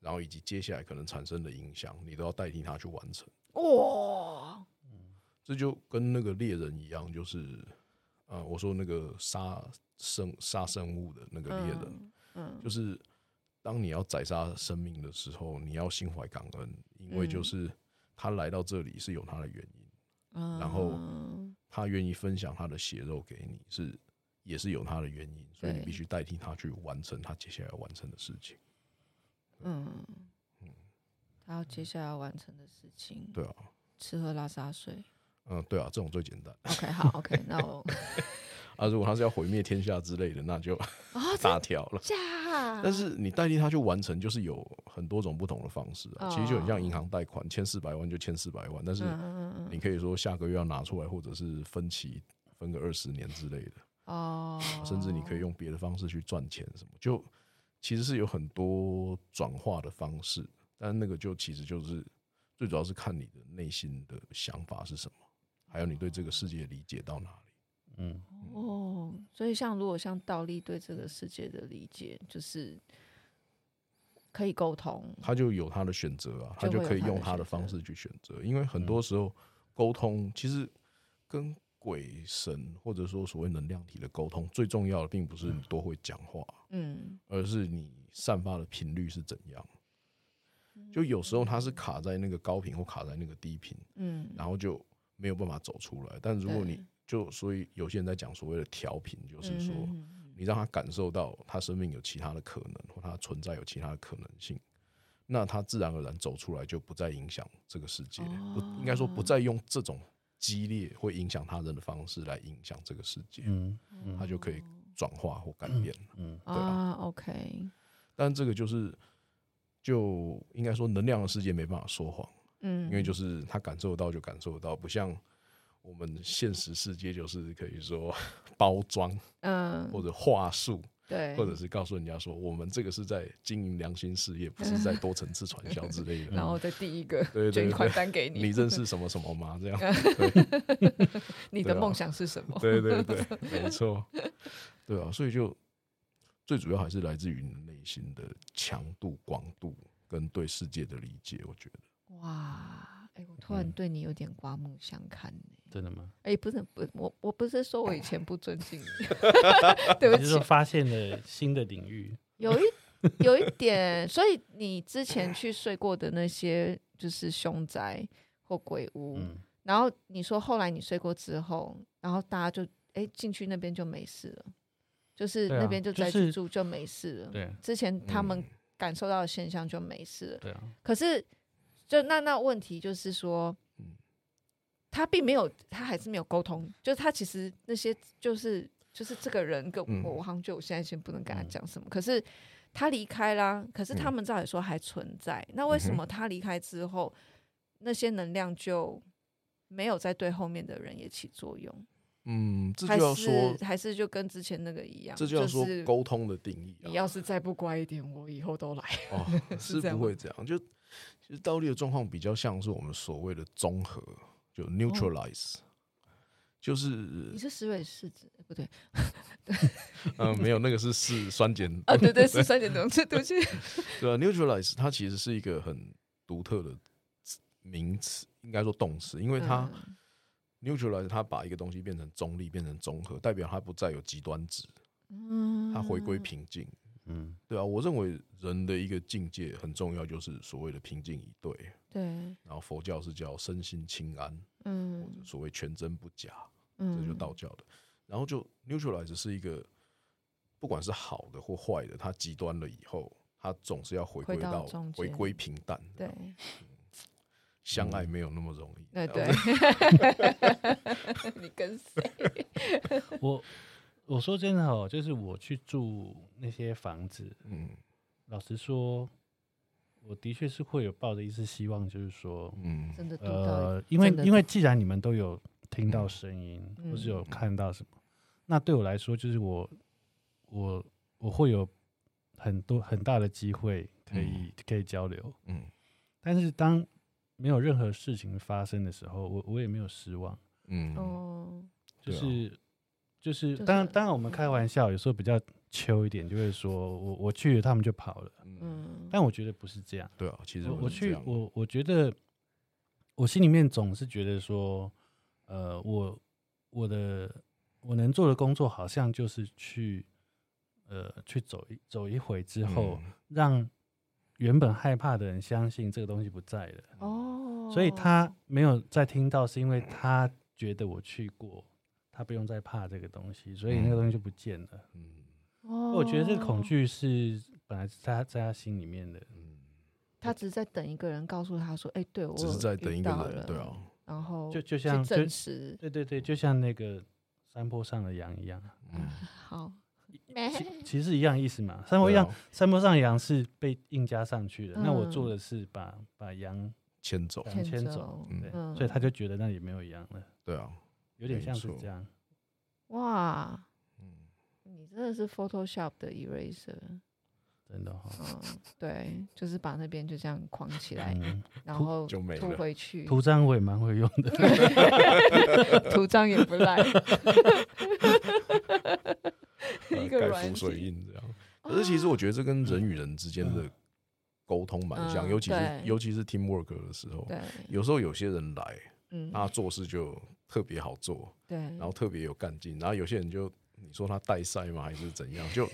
[SPEAKER 2] 然后以及接下来可能产生的影响，你都要代替他去完成。
[SPEAKER 1] 哇
[SPEAKER 2] 这就跟那个猎人一样，就是呃，我说那个杀生杀生物的那个猎人，
[SPEAKER 1] 嗯
[SPEAKER 2] 就是当你要宰杀生命的时候，你要心怀感恩，因为就
[SPEAKER 1] 嗯
[SPEAKER 2] 是他来到这里是有他的原因，
[SPEAKER 1] 嗯，
[SPEAKER 2] 然后
[SPEAKER 1] 嗯
[SPEAKER 2] 他愿意分享他的血肉给你是。也是有他的原因，所以你
[SPEAKER 1] 对
[SPEAKER 2] 必须代替他去完成他接下来要完成的事情，
[SPEAKER 1] 嗯，他要接下来要完成的事情，
[SPEAKER 2] 嗯对啊，
[SPEAKER 1] 吃喝拉撒睡。
[SPEAKER 2] 嗯，对啊，这种最简单
[SPEAKER 1] OK，好，OK，那 我
[SPEAKER 2] 啊。如果他是要毁灭天下之类的，那就
[SPEAKER 1] 啊，真
[SPEAKER 2] 大条了。
[SPEAKER 1] 假，
[SPEAKER 2] 但是你代替他去完成，就是有很多种不同的方式、啊。其实就很像银行贷款，欠四百万就欠四百万，但是
[SPEAKER 1] 哦嗯嗯嗯
[SPEAKER 2] 你可以说下个月要拿出来，或者是分期分个二十年之类的，
[SPEAKER 1] 哦，
[SPEAKER 2] 甚至你可以用别的方式去赚钱什么，就其实是有很多转化的方式，但那个就其实就是最主要是看你的内心的想法是什么，还有你对这个世界理解到哪里。
[SPEAKER 3] 嗯，
[SPEAKER 1] 哦，所以像如果像倒立对这个世界的理解，就是可以沟通，
[SPEAKER 2] 他就有他的选择啊，他
[SPEAKER 1] 就
[SPEAKER 2] 就
[SPEAKER 1] 会
[SPEAKER 2] 可以
[SPEAKER 1] 有他的
[SPEAKER 2] 用他的
[SPEAKER 1] 选择
[SPEAKER 2] 方式去选择，因为很多时候沟通其实跟鬼神或者说所谓能量体的沟通，最重要的并不是你多会讲话，
[SPEAKER 1] 嗯
[SPEAKER 2] 而是你散发的频率是怎样。就有时候它是卡在那个高频或卡在那个低频，
[SPEAKER 1] 嗯，
[SPEAKER 2] 然后就没有办法走出来。但如果
[SPEAKER 1] 对
[SPEAKER 2] 你就所以有些人在讲所谓的调频，就是说
[SPEAKER 1] 嗯嗯嗯
[SPEAKER 2] 你让他感受到他生命有其他的可能，或他存在有其他的可能性，那他自然而然走出来就不再影响这个世界，不应该说不再用这种激烈会影响他人的方式来影响这个世界，
[SPEAKER 3] 嗯
[SPEAKER 2] 他就可以转化或改变。
[SPEAKER 3] 嗯
[SPEAKER 2] 对啊
[SPEAKER 1] 啊，OK，
[SPEAKER 2] 但这个就是，就应该说能量的世界没办法说谎，
[SPEAKER 1] 嗯，
[SPEAKER 2] 因为就是他感受得到就感受得到，不像我们现实世界就是可以说 包装
[SPEAKER 1] 嗯，
[SPEAKER 2] 或者话术，
[SPEAKER 1] 对，
[SPEAKER 2] 或者是告诉人家说我们这个是在经营良心事业，不是在多层次传销之 类
[SPEAKER 1] 然
[SPEAKER 2] 的。
[SPEAKER 1] 后再递一个
[SPEAKER 2] 嗯对对
[SPEAKER 1] 捐
[SPEAKER 2] 对
[SPEAKER 1] 款单给
[SPEAKER 2] 你
[SPEAKER 1] 你，
[SPEAKER 2] 认识什么什么吗？这样，
[SPEAKER 1] 你
[SPEAKER 2] 对
[SPEAKER 1] 的
[SPEAKER 2] 啊
[SPEAKER 1] 梦想是什么？
[SPEAKER 2] 对对对，没错，对啊，所以就最主要还是来自于你内心的强度、广度跟对世界的理解，我觉得。
[SPEAKER 1] 哇，哎、我突然
[SPEAKER 2] 嗯
[SPEAKER 1] 对你有点刮目相看呢、
[SPEAKER 3] 真的吗？
[SPEAKER 1] 哎、不是，不，我我不是说我以前不尊 敬你，对不
[SPEAKER 3] 你是说
[SPEAKER 1] 起，
[SPEAKER 3] 发现了新的领域？
[SPEAKER 1] 有一有一点，所以你之前去睡过的那些就是凶宅或鬼屋，
[SPEAKER 3] 嗯，
[SPEAKER 1] 然后你说后来你睡过之后，然后大家就哎进、去那边就没事了，就是
[SPEAKER 3] 对啊
[SPEAKER 1] 那边就
[SPEAKER 3] 就
[SPEAKER 1] 再去
[SPEAKER 3] 是
[SPEAKER 1] 住就没事了。
[SPEAKER 3] 对
[SPEAKER 1] 之前他们
[SPEAKER 2] 嗯
[SPEAKER 1] 感受到的现象就没事了，
[SPEAKER 3] 对啊，
[SPEAKER 1] 可是，就那那问题就是说
[SPEAKER 2] 嗯，
[SPEAKER 1] 他并没有，他还是没有沟通，就是他其实那些就是就是这个人跟我，
[SPEAKER 2] 嗯
[SPEAKER 1] 我好像就我现在先不能跟他
[SPEAKER 3] 嗯
[SPEAKER 1] 讲什么，可是他离开啦，可是他
[SPEAKER 2] 嗯
[SPEAKER 1] 们照理说还存在，那为什
[SPEAKER 2] 嗯哼
[SPEAKER 1] 么他离开之后，那些能量就没有再对后面的人也起作用，
[SPEAKER 2] 嗯，这
[SPEAKER 1] 还
[SPEAKER 2] 就要说
[SPEAKER 1] 是，还是就跟之前那个一样，
[SPEAKER 2] 这就要说
[SPEAKER 1] 是
[SPEAKER 2] 沟通的定义
[SPEAKER 1] 你
[SPEAKER 2] 啊。
[SPEAKER 1] 要是再不乖一点，我以后都来。
[SPEAKER 2] 哦，是
[SPEAKER 1] 这样
[SPEAKER 2] 不
[SPEAKER 1] 吗
[SPEAKER 2] 会这样。就其实倒立的状况比较像是我们所谓的综合，就
[SPEAKER 1] 哦
[SPEAKER 2] neutralize，、就是
[SPEAKER 1] 你是石蕊试纸，不对
[SPEAKER 2] 嗯、没有那个是是酸 碱
[SPEAKER 1] 啊，对对，是三点钟，这东西。
[SPEAKER 2] 对啊，neutralize 它其实是一个很独特的名词，应该说动词，因为它、
[SPEAKER 1] 嗯
[SPEAKER 2] neutralize 它把一个东西变成中立，变成综合，代表它不再有极端值，
[SPEAKER 1] 嗯
[SPEAKER 2] 它回归平静。
[SPEAKER 3] 嗯，
[SPEAKER 2] 对啊，我认为人的一个境界很重要，就是所谓的平静以对。
[SPEAKER 1] 对，
[SPEAKER 2] 然后佛教是叫身心清安，或
[SPEAKER 1] 嗯
[SPEAKER 2] 者所谓全真不假，
[SPEAKER 1] 嗯，
[SPEAKER 2] 这就道教的。然后就 neutralize 是一个，不管是好的或坏的，它极端了以后，它总是要回归
[SPEAKER 1] 回到
[SPEAKER 2] 到
[SPEAKER 1] 中
[SPEAKER 2] 回
[SPEAKER 1] 间
[SPEAKER 2] 归平淡。
[SPEAKER 1] 对，
[SPEAKER 2] 相爱没有那么容易。
[SPEAKER 1] 对嗯对， 你跟谁？
[SPEAKER 3] 我我说真的哦，就是我去住那些房子，
[SPEAKER 2] 嗯
[SPEAKER 3] 老实说，我的确是会有抱着一丝希望，就是说，
[SPEAKER 2] 嗯
[SPEAKER 1] 真的读到
[SPEAKER 3] 呃，因为
[SPEAKER 1] 真的
[SPEAKER 3] 因为既然你们都有听到声音，或是
[SPEAKER 1] 嗯
[SPEAKER 3] 有看到什么，那对我来说，就是我我我会有很多很大的机会可以、可以交流，
[SPEAKER 2] 嗯
[SPEAKER 3] 但是当没有任何事情发生的时候，我我也没有失望，
[SPEAKER 2] 嗯，
[SPEAKER 1] 哦，
[SPEAKER 3] 就
[SPEAKER 2] 对啊
[SPEAKER 3] 是、就是
[SPEAKER 1] 就是
[SPEAKER 3] 当然当然我们
[SPEAKER 1] 嗯
[SPEAKER 3] 开玩笑，有时候比较秋一点，就会说我我去了，他们就跑了，
[SPEAKER 2] 嗯，
[SPEAKER 1] 嗯，
[SPEAKER 3] 但我觉得不是这样。
[SPEAKER 2] 对啊，其实
[SPEAKER 3] 我
[SPEAKER 2] 我
[SPEAKER 3] 我
[SPEAKER 2] 是这
[SPEAKER 3] 去
[SPEAKER 2] 样，
[SPEAKER 3] 我我觉得，我心里面总是觉得说，呃，我我的我能做的工作好像就是去，呃，去走一走一回之后，
[SPEAKER 2] 嗯
[SPEAKER 3] 让原本害怕的人相信这个东西不在了，
[SPEAKER 1] 哦，
[SPEAKER 3] 所以他没有再听到，是因为他觉得我去过，他不用再怕这个东西，所以那个东西就不见了。
[SPEAKER 2] 嗯
[SPEAKER 1] 哦，
[SPEAKER 3] 我觉得这个恐惧是本来是他在他心里面的，
[SPEAKER 2] 嗯，
[SPEAKER 1] 他只是在等一个人告诉他说：“哎、对我
[SPEAKER 2] 只是在等一
[SPEAKER 1] 遇
[SPEAKER 2] 个
[SPEAKER 1] 到
[SPEAKER 2] 人，
[SPEAKER 1] 了
[SPEAKER 2] 对，啊，
[SPEAKER 1] 然后
[SPEAKER 3] 就就
[SPEAKER 1] 去
[SPEAKER 3] 像就
[SPEAKER 1] 证实
[SPEAKER 3] 对对对，就像那个山坡上的羊 一样啊，
[SPEAKER 2] 嗯，
[SPEAKER 1] 好，
[SPEAKER 3] 其其实一样意思嘛。山坡
[SPEAKER 2] 对啊
[SPEAKER 3] 羊，山坡上的羊是被硬加上去的，那我做
[SPEAKER 1] 嗯
[SPEAKER 3] 的是把把羊
[SPEAKER 2] 牵走，
[SPEAKER 3] 羊
[SPEAKER 1] 牵
[SPEAKER 3] 牵
[SPEAKER 1] 走
[SPEAKER 3] 走，
[SPEAKER 2] 嗯
[SPEAKER 3] 对，
[SPEAKER 1] 嗯
[SPEAKER 3] 所以他就觉得那里没有羊了，
[SPEAKER 2] 对啊，
[SPEAKER 3] 有点
[SPEAKER 2] 没
[SPEAKER 3] 像是
[SPEAKER 2] 错
[SPEAKER 3] 这样。
[SPEAKER 1] 哇，
[SPEAKER 2] 嗯
[SPEAKER 1] 你真的是 Photoshop 的 eraser，
[SPEAKER 3] 真的哦 哈、
[SPEAKER 1] 嗯，对，就是把那边就这样框起来，
[SPEAKER 3] 嗯，
[SPEAKER 1] 然后
[SPEAKER 2] 就没
[SPEAKER 1] 涂
[SPEAKER 2] 了
[SPEAKER 1] 回去，
[SPEAKER 3] 图章我也蛮会用的，
[SPEAKER 1] 图章也不赖，
[SPEAKER 2] 呃
[SPEAKER 1] 一个
[SPEAKER 2] 盖
[SPEAKER 1] 软
[SPEAKER 2] 浮水
[SPEAKER 1] 体
[SPEAKER 2] 印这样。可是其
[SPEAKER 1] 哦
[SPEAKER 2] 实我觉得这跟人与人之间的
[SPEAKER 3] 嗯
[SPEAKER 2] 沟通蛮像，
[SPEAKER 1] 嗯
[SPEAKER 2] 尤其是
[SPEAKER 1] 对
[SPEAKER 2] 尤其是 teamwork 的时候，
[SPEAKER 1] 对，
[SPEAKER 2] 有时候有些人来，
[SPEAKER 1] 嗯，
[SPEAKER 2] 他做事就特别好做，
[SPEAKER 1] 对，
[SPEAKER 2] 然后特别有干劲，然后有些人就你说他带赛吗，还是怎样，就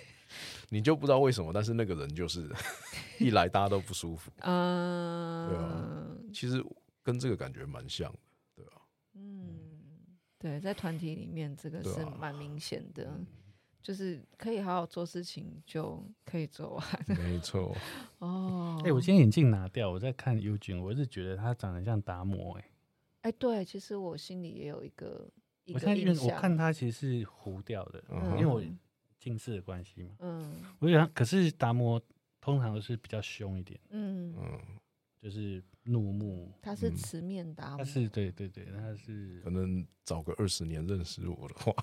[SPEAKER 2] 你就不知道为什么，但是那个人就是 一来大家都不舒服，
[SPEAKER 1] 嗯、
[SPEAKER 2] 对其实跟这个感觉蛮 像的，
[SPEAKER 1] 嗯，对，在团体里面这个
[SPEAKER 2] 对
[SPEAKER 1] 是
[SPEAKER 2] 啊
[SPEAKER 1] 蛮明显的。就是可以好好做事情，就可以做完
[SPEAKER 2] 没错，
[SPEAKER 1] 哦。
[SPEAKER 3] 哎、我今天眼镜拿掉，我在看 U 君，我是觉得他长得像达摩、哎，
[SPEAKER 1] 哎，对，其实我心里也有一个一
[SPEAKER 3] 我
[SPEAKER 1] 个
[SPEAKER 3] 现在因
[SPEAKER 1] 印
[SPEAKER 3] 为我
[SPEAKER 1] 象，
[SPEAKER 3] 看他其实是糊掉的，
[SPEAKER 2] 嗯
[SPEAKER 3] 因为我
[SPEAKER 1] 嗯
[SPEAKER 3] 近视的关系嘛，
[SPEAKER 1] 嗯
[SPEAKER 3] 我就想，可是达摩通常都是比较凶一点，
[SPEAKER 1] 嗯，
[SPEAKER 2] 嗯，
[SPEAKER 3] 就是怒目。
[SPEAKER 1] 他是
[SPEAKER 2] 嗯
[SPEAKER 1] 慈面达
[SPEAKER 3] 他
[SPEAKER 1] 摩，
[SPEAKER 3] 是对对对，他是
[SPEAKER 2] 可能找个二十年认识我的话，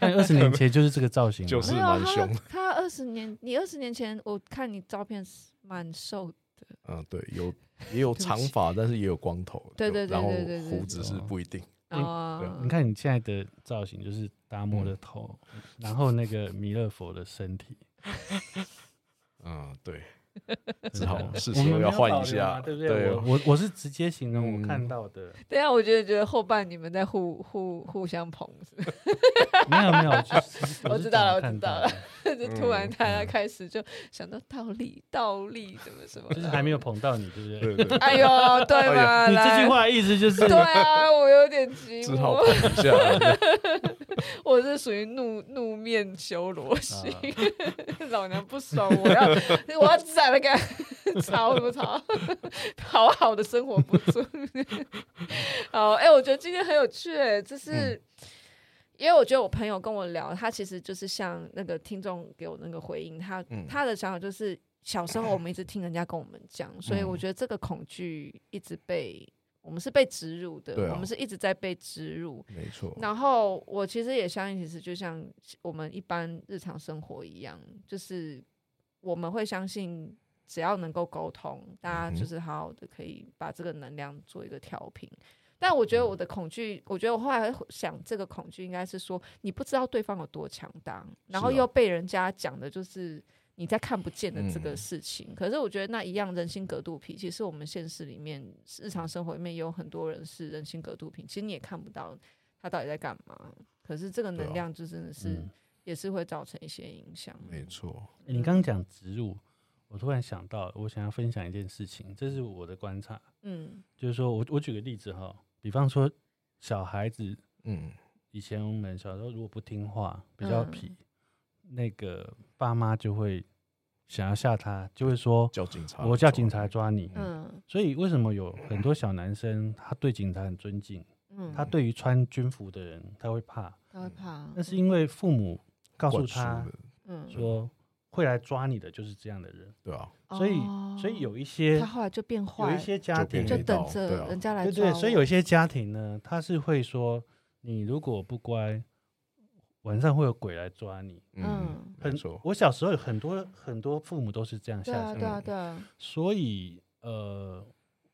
[SPEAKER 3] 二十年前就是这个造型嘛，啊
[SPEAKER 2] 就是
[SPEAKER 1] 没有啊
[SPEAKER 2] 蛮
[SPEAKER 1] 他
[SPEAKER 2] 凶的，
[SPEAKER 1] 他二十年，你二十年前我看你照片是蛮瘦，
[SPEAKER 2] 嗯，对， 有也有
[SPEAKER 1] 对不
[SPEAKER 2] 长
[SPEAKER 1] 起
[SPEAKER 2] 发，但是也有光头，
[SPEAKER 1] 对
[SPEAKER 2] 有
[SPEAKER 1] 对对
[SPEAKER 2] 然后
[SPEAKER 1] 对对对
[SPEAKER 2] 胡子是不一定，
[SPEAKER 1] 然后
[SPEAKER 2] 对
[SPEAKER 3] 你看你现在的造型就是达摩
[SPEAKER 2] 嗯
[SPEAKER 3] 的头，然后那个弥勒佛的身体，
[SPEAKER 2] 嗯，对，
[SPEAKER 3] 真
[SPEAKER 2] 只
[SPEAKER 3] 的
[SPEAKER 2] 好
[SPEAKER 3] 我
[SPEAKER 2] 是时
[SPEAKER 3] 嗯我们
[SPEAKER 2] 候
[SPEAKER 3] 没
[SPEAKER 2] 要
[SPEAKER 3] 有
[SPEAKER 2] 换
[SPEAKER 3] 保
[SPEAKER 2] 一
[SPEAKER 3] 留
[SPEAKER 2] 下
[SPEAKER 3] 嘛对不对？
[SPEAKER 2] 对
[SPEAKER 3] 我我我是直接形容我
[SPEAKER 2] 嗯
[SPEAKER 3] 看到的，
[SPEAKER 1] 等一下啊我觉得觉得后半你们在互互互相捧， 是不是
[SPEAKER 3] 没有没有，我 就是
[SPEAKER 1] 我知道了我知
[SPEAKER 3] 看
[SPEAKER 1] 道
[SPEAKER 3] 到
[SPEAKER 1] 了
[SPEAKER 3] 的，
[SPEAKER 1] 就突然
[SPEAKER 2] 嗯
[SPEAKER 1] 大家开始就想到道理道理怎么什么，
[SPEAKER 3] 就是还没有。捧到你，对不对？
[SPEAKER 2] 对 对，
[SPEAKER 1] 哎呦，对
[SPEAKER 2] 哎呀
[SPEAKER 1] 嘛？
[SPEAKER 3] 你这
[SPEAKER 1] 来
[SPEAKER 3] 句话的意思就是嗯
[SPEAKER 1] 对啊，我有点寂
[SPEAKER 2] 只好
[SPEAKER 1] 寞
[SPEAKER 2] 碰，一 下，
[SPEAKER 1] 我是属于怒怒面修罗型，
[SPEAKER 3] 啊
[SPEAKER 1] 老娘不爽，我 要我要宰了干，吵什么吵？好好的生活不住。 好，哎、我觉得今天很有趣、哎，就是。
[SPEAKER 2] 嗯
[SPEAKER 1] 因为我觉得我朋友跟我聊，他其实就是像那个听众给我那个回应，他、
[SPEAKER 2] 嗯
[SPEAKER 1] 他的想法就是小时候我们一直听人家跟我们讲，所以
[SPEAKER 2] 嗯
[SPEAKER 1] 我觉得这个恐惧一直被我们是被植入的，
[SPEAKER 2] 对啊
[SPEAKER 1] 我们是一直在被植入。
[SPEAKER 2] 没错，
[SPEAKER 1] 然后我其实也相信，其实就像我们一般日常生活一样，就是我们会相信，只要能够沟通，
[SPEAKER 2] 嗯
[SPEAKER 1] 大家
[SPEAKER 2] 哼
[SPEAKER 1] 就是好好的可以把这个能量做一个调频。但我
[SPEAKER 2] 嗯
[SPEAKER 1] 觉得我的恐惧，我觉得我后来想，这个恐惧应该是说，你不知道对方有多强大，然后
[SPEAKER 2] 是啊
[SPEAKER 1] 又被人家讲的就是你在看不见的这
[SPEAKER 2] 嗯
[SPEAKER 1] 个事情。可是我觉得那一样人心隔肚皮，其实我们现实里面、日常生活里面也有很多人是人心隔肚皮，其实你也看不到他到底在干嘛。可是这个
[SPEAKER 2] 对啊
[SPEAKER 1] 能量就真的是、
[SPEAKER 3] 嗯，
[SPEAKER 1] 也是会造成一些影响。嗯
[SPEAKER 2] 没错，
[SPEAKER 3] 你刚刚讲植入，我突然想到，我想要分享一件事情，这是我的观察，
[SPEAKER 1] 嗯
[SPEAKER 3] 就是说我我举个例子哈，比方说小孩子
[SPEAKER 2] 嗯，
[SPEAKER 3] 以前我们小时候如果不听话，比较
[SPEAKER 1] 嗯
[SPEAKER 3] 皮，那个爸妈就会想要吓他，就会说
[SPEAKER 2] 叫警察，
[SPEAKER 3] 我叫警察，抓你。
[SPEAKER 1] 嗯
[SPEAKER 3] 所以为什么有很多小男生他对警察很尊敬，
[SPEAKER 1] 嗯，
[SPEAKER 3] 他对于穿军服的人他会怕，
[SPEAKER 1] 他会怕，啊
[SPEAKER 3] 那是因为父母告诉
[SPEAKER 2] 灌输
[SPEAKER 3] 他
[SPEAKER 2] 的，
[SPEAKER 1] 嗯，
[SPEAKER 3] 说会来抓你的就是这样的人，
[SPEAKER 2] 对啊，
[SPEAKER 3] 所以
[SPEAKER 1] 哦
[SPEAKER 3] 所以有一些
[SPEAKER 1] 他后来就变
[SPEAKER 3] 有
[SPEAKER 1] 坏
[SPEAKER 3] 一
[SPEAKER 1] 了，
[SPEAKER 3] 些家
[SPEAKER 2] 就变
[SPEAKER 3] 庭
[SPEAKER 1] 就
[SPEAKER 2] 黑道
[SPEAKER 1] 等
[SPEAKER 2] 对
[SPEAKER 1] 着
[SPEAKER 2] 啊
[SPEAKER 1] 人家来
[SPEAKER 3] 对
[SPEAKER 1] 抓
[SPEAKER 3] 对，
[SPEAKER 1] 我。
[SPEAKER 3] 所以有一些家庭呢，他是会说你如果不乖，晚上会有鬼来抓你。
[SPEAKER 2] 嗯
[SPEAKER 1] 嗯，
[SPEAKER 2] 没
[SPEAKER 3] 很
[SPEAKER 2] 错，
[SPEAKER 3] 我小时候有很多很多父母都是这样
[SPEAKER 1] 对
[SPEAKER 3] 下
[SPEAKER 1] 啊
[SPEAKER 3] 场，
[SPEAKER 1] 对啊对啊，
[SPEAKER 3] 所以呃，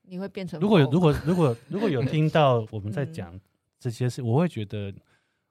[SPEAKER 1] 你会变成
[SPEAKER 3] 如果有
[SPEAKER 1] 狗
[SPEAKER 3] 如果如果如果有听到我们 在
[SPEAKER 1] 嗯
[SPEAKER 3] 讲这些事，我会觉得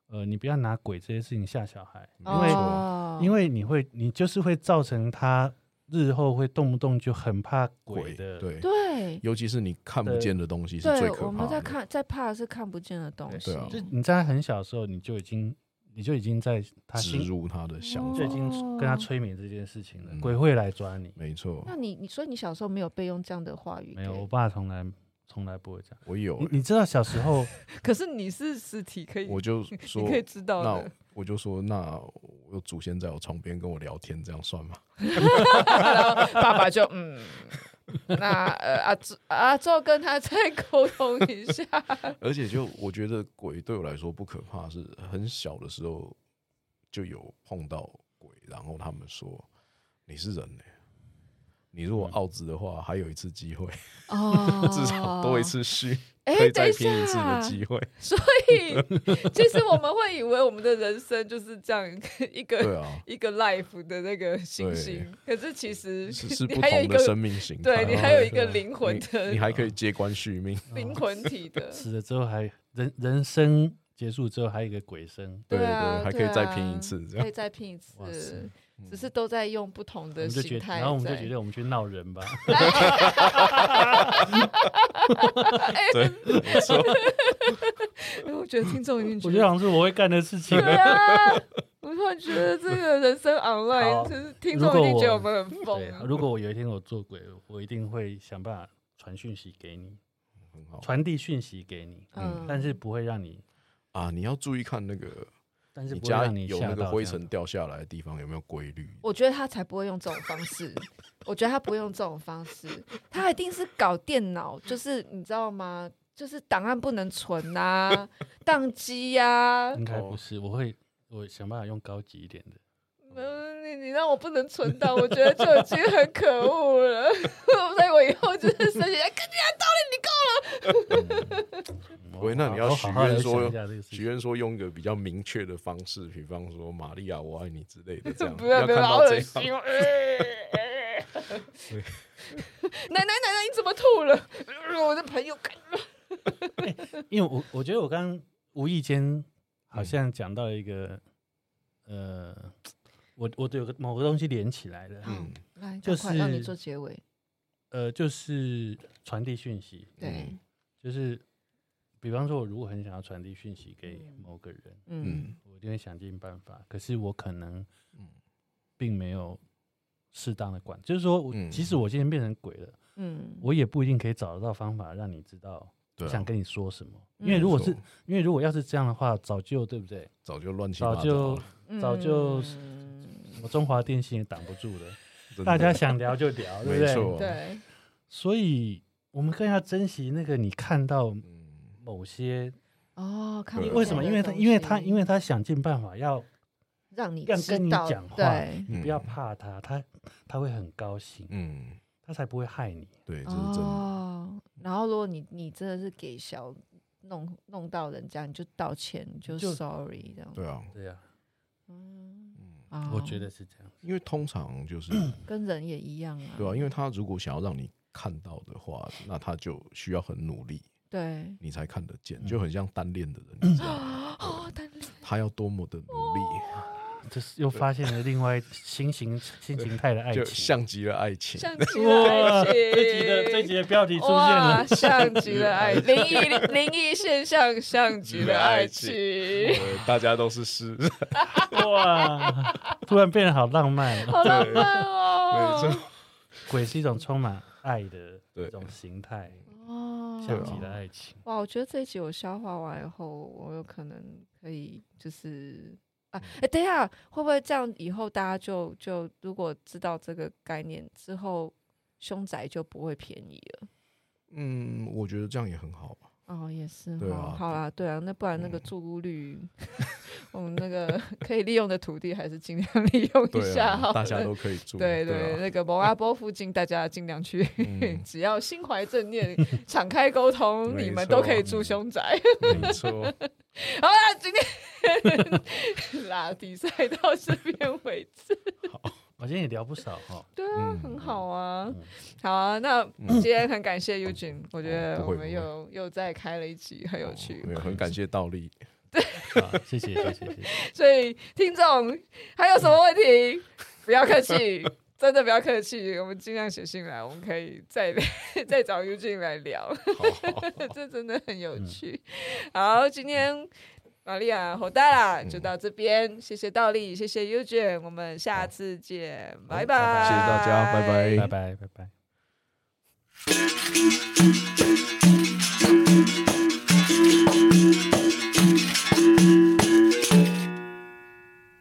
[SPEAKER 3] 呃，你不要拿鬼这些事情吓小孩，
[SPEAKER 2] 没
[SPEAKER 3] 因为
[SPEAKER 2] 错，
[SPEAKER 1] 哦
[SPEAKER 3] 因为你会你就是会造成他日后会动不动就很怕鬼
[SPEAKER 2] 鬼
[SPEAKER 3] 的。
[SPEAKER 2] 对，
[SPEAKER 1] 对
[SPEAKER 2] 尤其是你看不
[SPEAKER 3] 对
[SPEAKER 2] 见的东西是最
[SPEAKER 1] 对，
[SPEAKER 2] 可
[SPEAKER 1] 我们
[SPEAKER 2] 怕
[SPEAKER 1] 在
[SPEAKER 2] 的，
[SPEAKER 1] 看在怕的是看不见的东西，
[SPEAKER 2] 对啊
[SPEAKER 3] 就你在他很小的时候，你就已经你就已经在他
[SPEAKER 2] 植
[SPEAKER 3] 心
[SPEAKER 2] 入他的想
[SPEAKER 1] 哦
[SPEAKER 3] 就已
[SPEAKER 2] 法，
[SPEAKER 3] 经跟他催眠这件事情了，
[SPEAKER 2] 嗯
[SPEAKER 3] 鬼会来抓你。
[SPEAKER 2] 没 错，
[SPEAKER 1] 那你你所以你小时候没有被用这样的话语
[SPEAKER 3] 没有，
[SPEAKER 1] 给
[SPEAKER 3] 我爸从来从来不会这样。
[SPEAKER 2] 我有欸，
[SPEAKER 3] 你你知道小时候
[SPEAKER 1] 可是你是实体可以，
[SPEAKER 2] 我就说
[SPEAKER 1] 你可以知道
[SPEAKER 2] 那
[SPEAKER 1] 的，
[SPEAKER 2] 我就说，那我祖先在我床边跟我聊天，这样算吗？
[SPEAKER 1] 爸爸就嗯。那呃阿周阿周跟他再沟通一下，
[SPEAKER 2] 而且就我觉得鬼对我来说不可怕，是很小的时候就有碰到鬼，然后他们说你是人呢、欸你如
[SPEAKER 3] 嗯
[SPEAKER 2] 果傲子的话，还有一次机会，
[SPEAKER 1] 哦
[SPEAKER 2] 至少多一。次虚，
[SPEAKER 1] 哎
[SPEAKER 2] 可以
[SPEAKER 1] 等
[SPEAKER 2] 再
[SPEAKER 1] 一
[SPEAKER 2] 拼一次的
[SPEAKER 1] 下
[SPEAKER 2] 机会。
[SPEAKER 1] 所以其实我们会以为我们的人生就是这样一
[SPEAKER 2] 对
[SPEAKER 1] 个
[SPEAKER 2] 啊，
[SPEAKER 1] 一个 life 的那个星星，可是其实
[SPEAKER 2] 是是
[SPEAKER 1] 你
[SPEAKER 2] 不
[SPEAKER 1] 还有
[SPEAKER 2] 同
[SPEAKER 1] 一
[SPEAKER 2] 的
[SPEAKER 1] 个
[SPEAKER 2] 生命形态
[SPEAKER 1] 对
[SPEAKER 2] 啊。
[SPEAKER 1] 你还有一
[SPEAKER 3] 对
[SPEAKER 1] 个
[SPEAKER 3] 啊
[SPEAKER 1] 灵魂
[SPEAKER 2] 你你
[SPEAKER 1] 的啊
[SPEAKER 2] 还可以接官续命，
[SPEAKER 1] 灵魂体的，
[SPEAKER 3] 死了之后还人人生结束之后还有一个鬼 生，
[SPEAKER 2] 对
[SPEAKER 1] 对啊
[SPEAKER 2] 对，还可以再
[SPEAKER 1] 对啊
[SPEAKER 2] 拼一次，嗯这
[SPEAKER 1] 可
[SPEAKER 2] 样
[SPEAKER 1] 以再拼一
[SPEAKER 3] 哇
[SPEAKER 1] 次
[SPEAKER 3] 塞，
[SPEAKER 1] 只是都在用不同
[SPEAKER 3] 我
[SPEAKER 1] 的
[SPEAKER 3] 们就
[SPEAKER 1] 形
[SPEAKER 3] 觉得，
[SPEAKER 1] 态在。
[SPEAKER 3] 然后我们就觉得我们去闹人 吧。
[SPEAKER 2] 对，没错，
[SPEAKER 1] 哎， 我觉得听众一定觉
[SPEAKER 3] 我觉得
[SPEAKER 1] 得，
[SPEAKER 3] 好像是我会干的事情。
[SPEAKER 1] 对 啊，我突然觉得这个人生 online，
[SPEAKER 3] 好
[SPEAKER 1] 就是听众一定觉得我们很
[SPEAKER 3] 对，啊
[SPEAKER 1] 疯。啊
[SPEAKER 3] 如果我有一天我做鬼，我一定会想办法传讯息给你，
[SPEAKER 2] 嗯很好
[SPEAKER 3] 传递讯息给你，
[SPEAKER 1] 嗯，
[SPEAKER 3] 但是不会让你，
[SPEAKER 2] 啊！你要注意看那个
[SPEAKER 3] 但是
[SPEAKER 2] 你
[SPEAKER 3] 不会
[SPEAKER 2] 家
[SPEAKER 3] 让
[SPEAKER 2] 有
[SPEAKER 3] 吓
[SPEAKER 2] 那
[SPEAKER 3] 到这
[SPEAKER 2] 个
[SPEAKER 3] 样
[SPEAKER 2] 灰尘。掉下来的地方有没有规律？
[SPEAKER 1] 我觉得他才不会用这种方式， 我觉得他不会用这种方式，他一定是搞电脑，就是你知道吗？就是档案不能存 呐、宕机呀、
[SPEAKER 3] 应
[SPEAKER 2] 哦
[SPEAKER 3] 该不是，我会我想办法用高级一点的。
[SPEAKER 1] 嗯，你你让我不能存档，我觉得就已经很可恶了。 所以我以后就是生气，哎跟你
[SPEAKER 2] 喂那你要
[SPEAKER 3] 嗯我
[SPEAKER 2] 许
[SPEAKER 3] 好好地
[SPEAKER 2] 愿说
[SPEAKER 3] 想一下这个事情
[SPEAKER 2] 许愿说用一个比较明确的方式，比方说“玛利亚，我爱你”之类的，这样
[SPEAKER 1] 不
[SPEAKER 2] 要
[SPEAKER 1] 要不
[SPEAKER 2] 看
[SPEAKER 1] 要，好
[SPEAKER 2] 到这样
[SPEAKER 1] 恶心 哦！呃呃奶奶奶奶，你怎么吐了？ 我的朋友看，
[SPEAKER 3] 因为我我觉得我刚刚无意间好
[SPEAKER 2] 嗯
[SPEAKER 3] 像讲到一个，呃，我我对有个某个东西连起来了，
[SPEAKER 1] 嗯，来，
[SPEAKER 3] 就
[SPEAKER 1] 赶快让你
[SPEAKER 3] 是
[SPEAKER 1] 做结尾。
[SPEAKER 3] 呃，就是传递讯息，
[SPEAKER 1] 对，
[SPEAKER 3] 就是比方说，我如果很想要传递讯息给某个人，
[SPEAKER 1] 嗯
[SPEAKER 2] 嗯，
[SPEAKER 3] 我一定会想尽办法，可是我可能
[SPEAKER 2] 嗯
[SPEAKER 3] 并没有适当的管，就是说我
[SPEAKER 2] 嗯
[SPEAKER 3] 即使我今天变成鬼了，
[SPEAKER 1] 嗯，
[SPEAKER 3] 我也不一定可以找得到方法让你知道
[SPEAKER 2] 对
[SPEAKER 3] 我
[SPEAKER 2] 啊，
[SPEAKER 3] 想跟你说什么，
[SPEAKER 1] 嗯
[SPEAKER 3] 因为如果
[SPEAKER 2] 没错
[SPEAKER 3] 是因为如果要是这样的话，早就对不对？
[SPEAKER 2] 早就乱七八
[SPEAKER 3] 早
[SPEAKER 2] 糟
[SPEAKER 3] 就
[SPEAKER 2] 了，
[SPEAKER 3] 早就
[SPEAKER 1] 嗯
[SPEAKER 3] 我中华电信也挡不住了，
[SPEAKER 2] 真的
[SPEAKER 3] 大家想聊就聊，对
[SPEAKER 2] 没
[SPEAKER 3] 不对？
[SPEAKER 2] 错，
[SPEAKER 1] 对，
[SPEAKER 3] 所以我们更要珍惜那个你看到
[SPEAKER 2] 嗯，
[SPEAKER 3] 某些
[SPEAKER 1] 哦，看
[SPEAKER 2] 对
[SPEAKER 1] 不
[SPEAKER 3] 为什么？
[SPEAKER 1] 见
[SPEAKER 3] 因
[SPEAKER 1] 的
[SPEAKER 3] 为他
[SPEAKER 1] 东
[SPEAKER 3] 因为他
[SPEAKER 1] 西
[SPEAKER 3] 因为他想尽办法要
[SPEAKER 1] 让你
[SPEAKER 3] 要
[SPEAKER 1] 知
[SPEAKER 3] 跟你
[SPEAKER 1] 道
[SPEAKER 3] 讲话
[SPEAKER 1] 对，
[SPEAKER 3] 你不要
[SPEAKER 2] 嗯
[SPEAKER 3] 怕他，他他会很高兴。
[SPEAKER 2] 嗯，
[SPEAKER 3] 他才不会害你。
[SPEAKER 2] 对，这是真的。
[SPEAKER 1] 哦，然后如果你你真的是给小弄弄到人家，你就道歉，你就
[SPEAKER 3] 就
[SPEAKER 1] sorry 这样。
[SPEAKER 2] 对啊，
[SPEAKER 3] 对呀、
[SPEAKER 1] 嗯，
[SPEAKER 2] 嗯
[SPEAKER 3] 我
[SPEAKER 1] 哦
[SPEAKER 3] 觉得是这样。
[SPEAKER 2] 因为通常就是
[SPEAKER 1] 跟人也一样啊。
[SPEAKER 2] 对啊，因为他如果想要让你看到的话，那他就需要很努力，
[SPEAKER 1] 对
[SPEAKER 2] 你才看得见，
[SPEAKER 3] 嗯
[SPEAKER 2] 就很像单恋的人，你知道 吗？
[SPEAKER 1] 哦，但
[SPEAKER 2] 他要多么的努
[SPEAKER 1] 哦
[SPEAKER 2] 力，
[SPEAKER 3] 这是又发现了另外新型新形态的爱
[SPEAKER 2] 就
[SPEAKER 3] 情。
[SPEAKER 2] 像极了爱情。
[SPEAKER 1] 像极了
[SPEAKER 3] 哇，
[SPEAKER 1] 爱情，
[SPEAKER 3] 这集的这集的标题出现
[SPEAKER 1] 哇，
[SPEAKER 3] 了，
[SPEAKER 1] 像极了爱，灵异灵异现象，像极了爱情，
[SPEAKER 2] 呃大家都是诗人，
[SPEAKER 3] 哇，突然变得好浪漫。
[SPEAKER 1] 好浪漫
[SPEAKER 2] 没
[SPEAKER 1] 哦
[SPEAKER 2] 错。
[SPEAKER 3] 鬼是一种充满爱的
[SPEAKER 2] 对
[SPEAKER 3] 一种形态，
[SPEAKER 1] 哦
[SPEAKER 3] 像极了爱情。
[SPEAKER 1] 哇，我觉得这一集我消化完以后，我有可能可以就是啊，
[SPEAKER 2] 嗯
[SPEAKER 1] 哎、等一下，会不会这样以后大家就就如果知道这个概念之后，凶宅就不会便宜了？
[SPEAKER 2] 嗯，我觉得这样也很好吧。
[SPEAKER 1] 哦，也是
[SPEAKER 2] 对
[SPEAKER 1] 哦，
[SPEAKER 2] 啊嗯
[SPEAKER 1] 好啦，对啊，那不然那个住屋率， 我们那个 可以利用的土地 还是尽量 利用一
[SPEAKER 2] 对
[SPEAKER 1] 下
[SPEAKER 2] 啊
[SPEAKER 1] 好，了，
[SPEAKER 2] 大家都可以住。
[SPEAKER 1] 对对，
[SPEAKER 2] 对啊，
[SPEAKER 1] 那个摩阿波附近，大家尽量去，
[SPEAKER 2] 嗯
[SPEAKER 1] 只要心怀正念，敞开沟通，你
[SPEAKER 2] 没
[SPEAKER 1] 们都可以
[SPEAKER 2] 错
[SPEAKER 1] 住凶宅。
[SPEAKER 2] 没错。
[SPEAKER 1] 好啦，今天啦比赛到这边为止，
[SPEAKER 3] 我今天也聊不少哈、哦，
[SPEAKER 1] 对啊，
[SPEAKER 2] 嗯
[SPEAKER 1] 很好啊
[SPEAKER 3] 嗯，
[SPEAKER 1] 好啊。那今天很感谢 Eugene，我觉
[SPEAKER 2] 哦不
[SPEAKER 1] 得
[SPEAKER 2] 会
[SPEAKER 1] 我
[SPEAKER 2] 不
[SPEAKER 1] 们
[SPEAKER 2] 会哦
[SPEAKER 1] 又又再开了一集， 很有趣
[SPEAKER 2] 没。有很感谢倒立，
[SPEAKER 3] 啊，谢谢谢谢谢谢，
[SPEAKER 1] 所以听众还有什么问题，不要客气。真的不要客气，我们尽量写信来，我们可以再再找 Eugene 来聊。
[SPEAKER 2] 好好
[SPEAKER 1] 这真的很有
[SPEAKER 3] 嗯
[SPEAKER 1] 趣。好，今天玛利亚好大啦，就
[SPEAKER 2] 嗯
[SPEAKER 1] 到这边，谢谢倒立，谢谢 U 卷，我们下次见，拜拜，
[SPEAKER 3] 拜拜
[SPEAKER 2] 谢谢大家拜拜
[SPEAKER 3] 拜拜拜拜。
[SPEAKER 4] Thank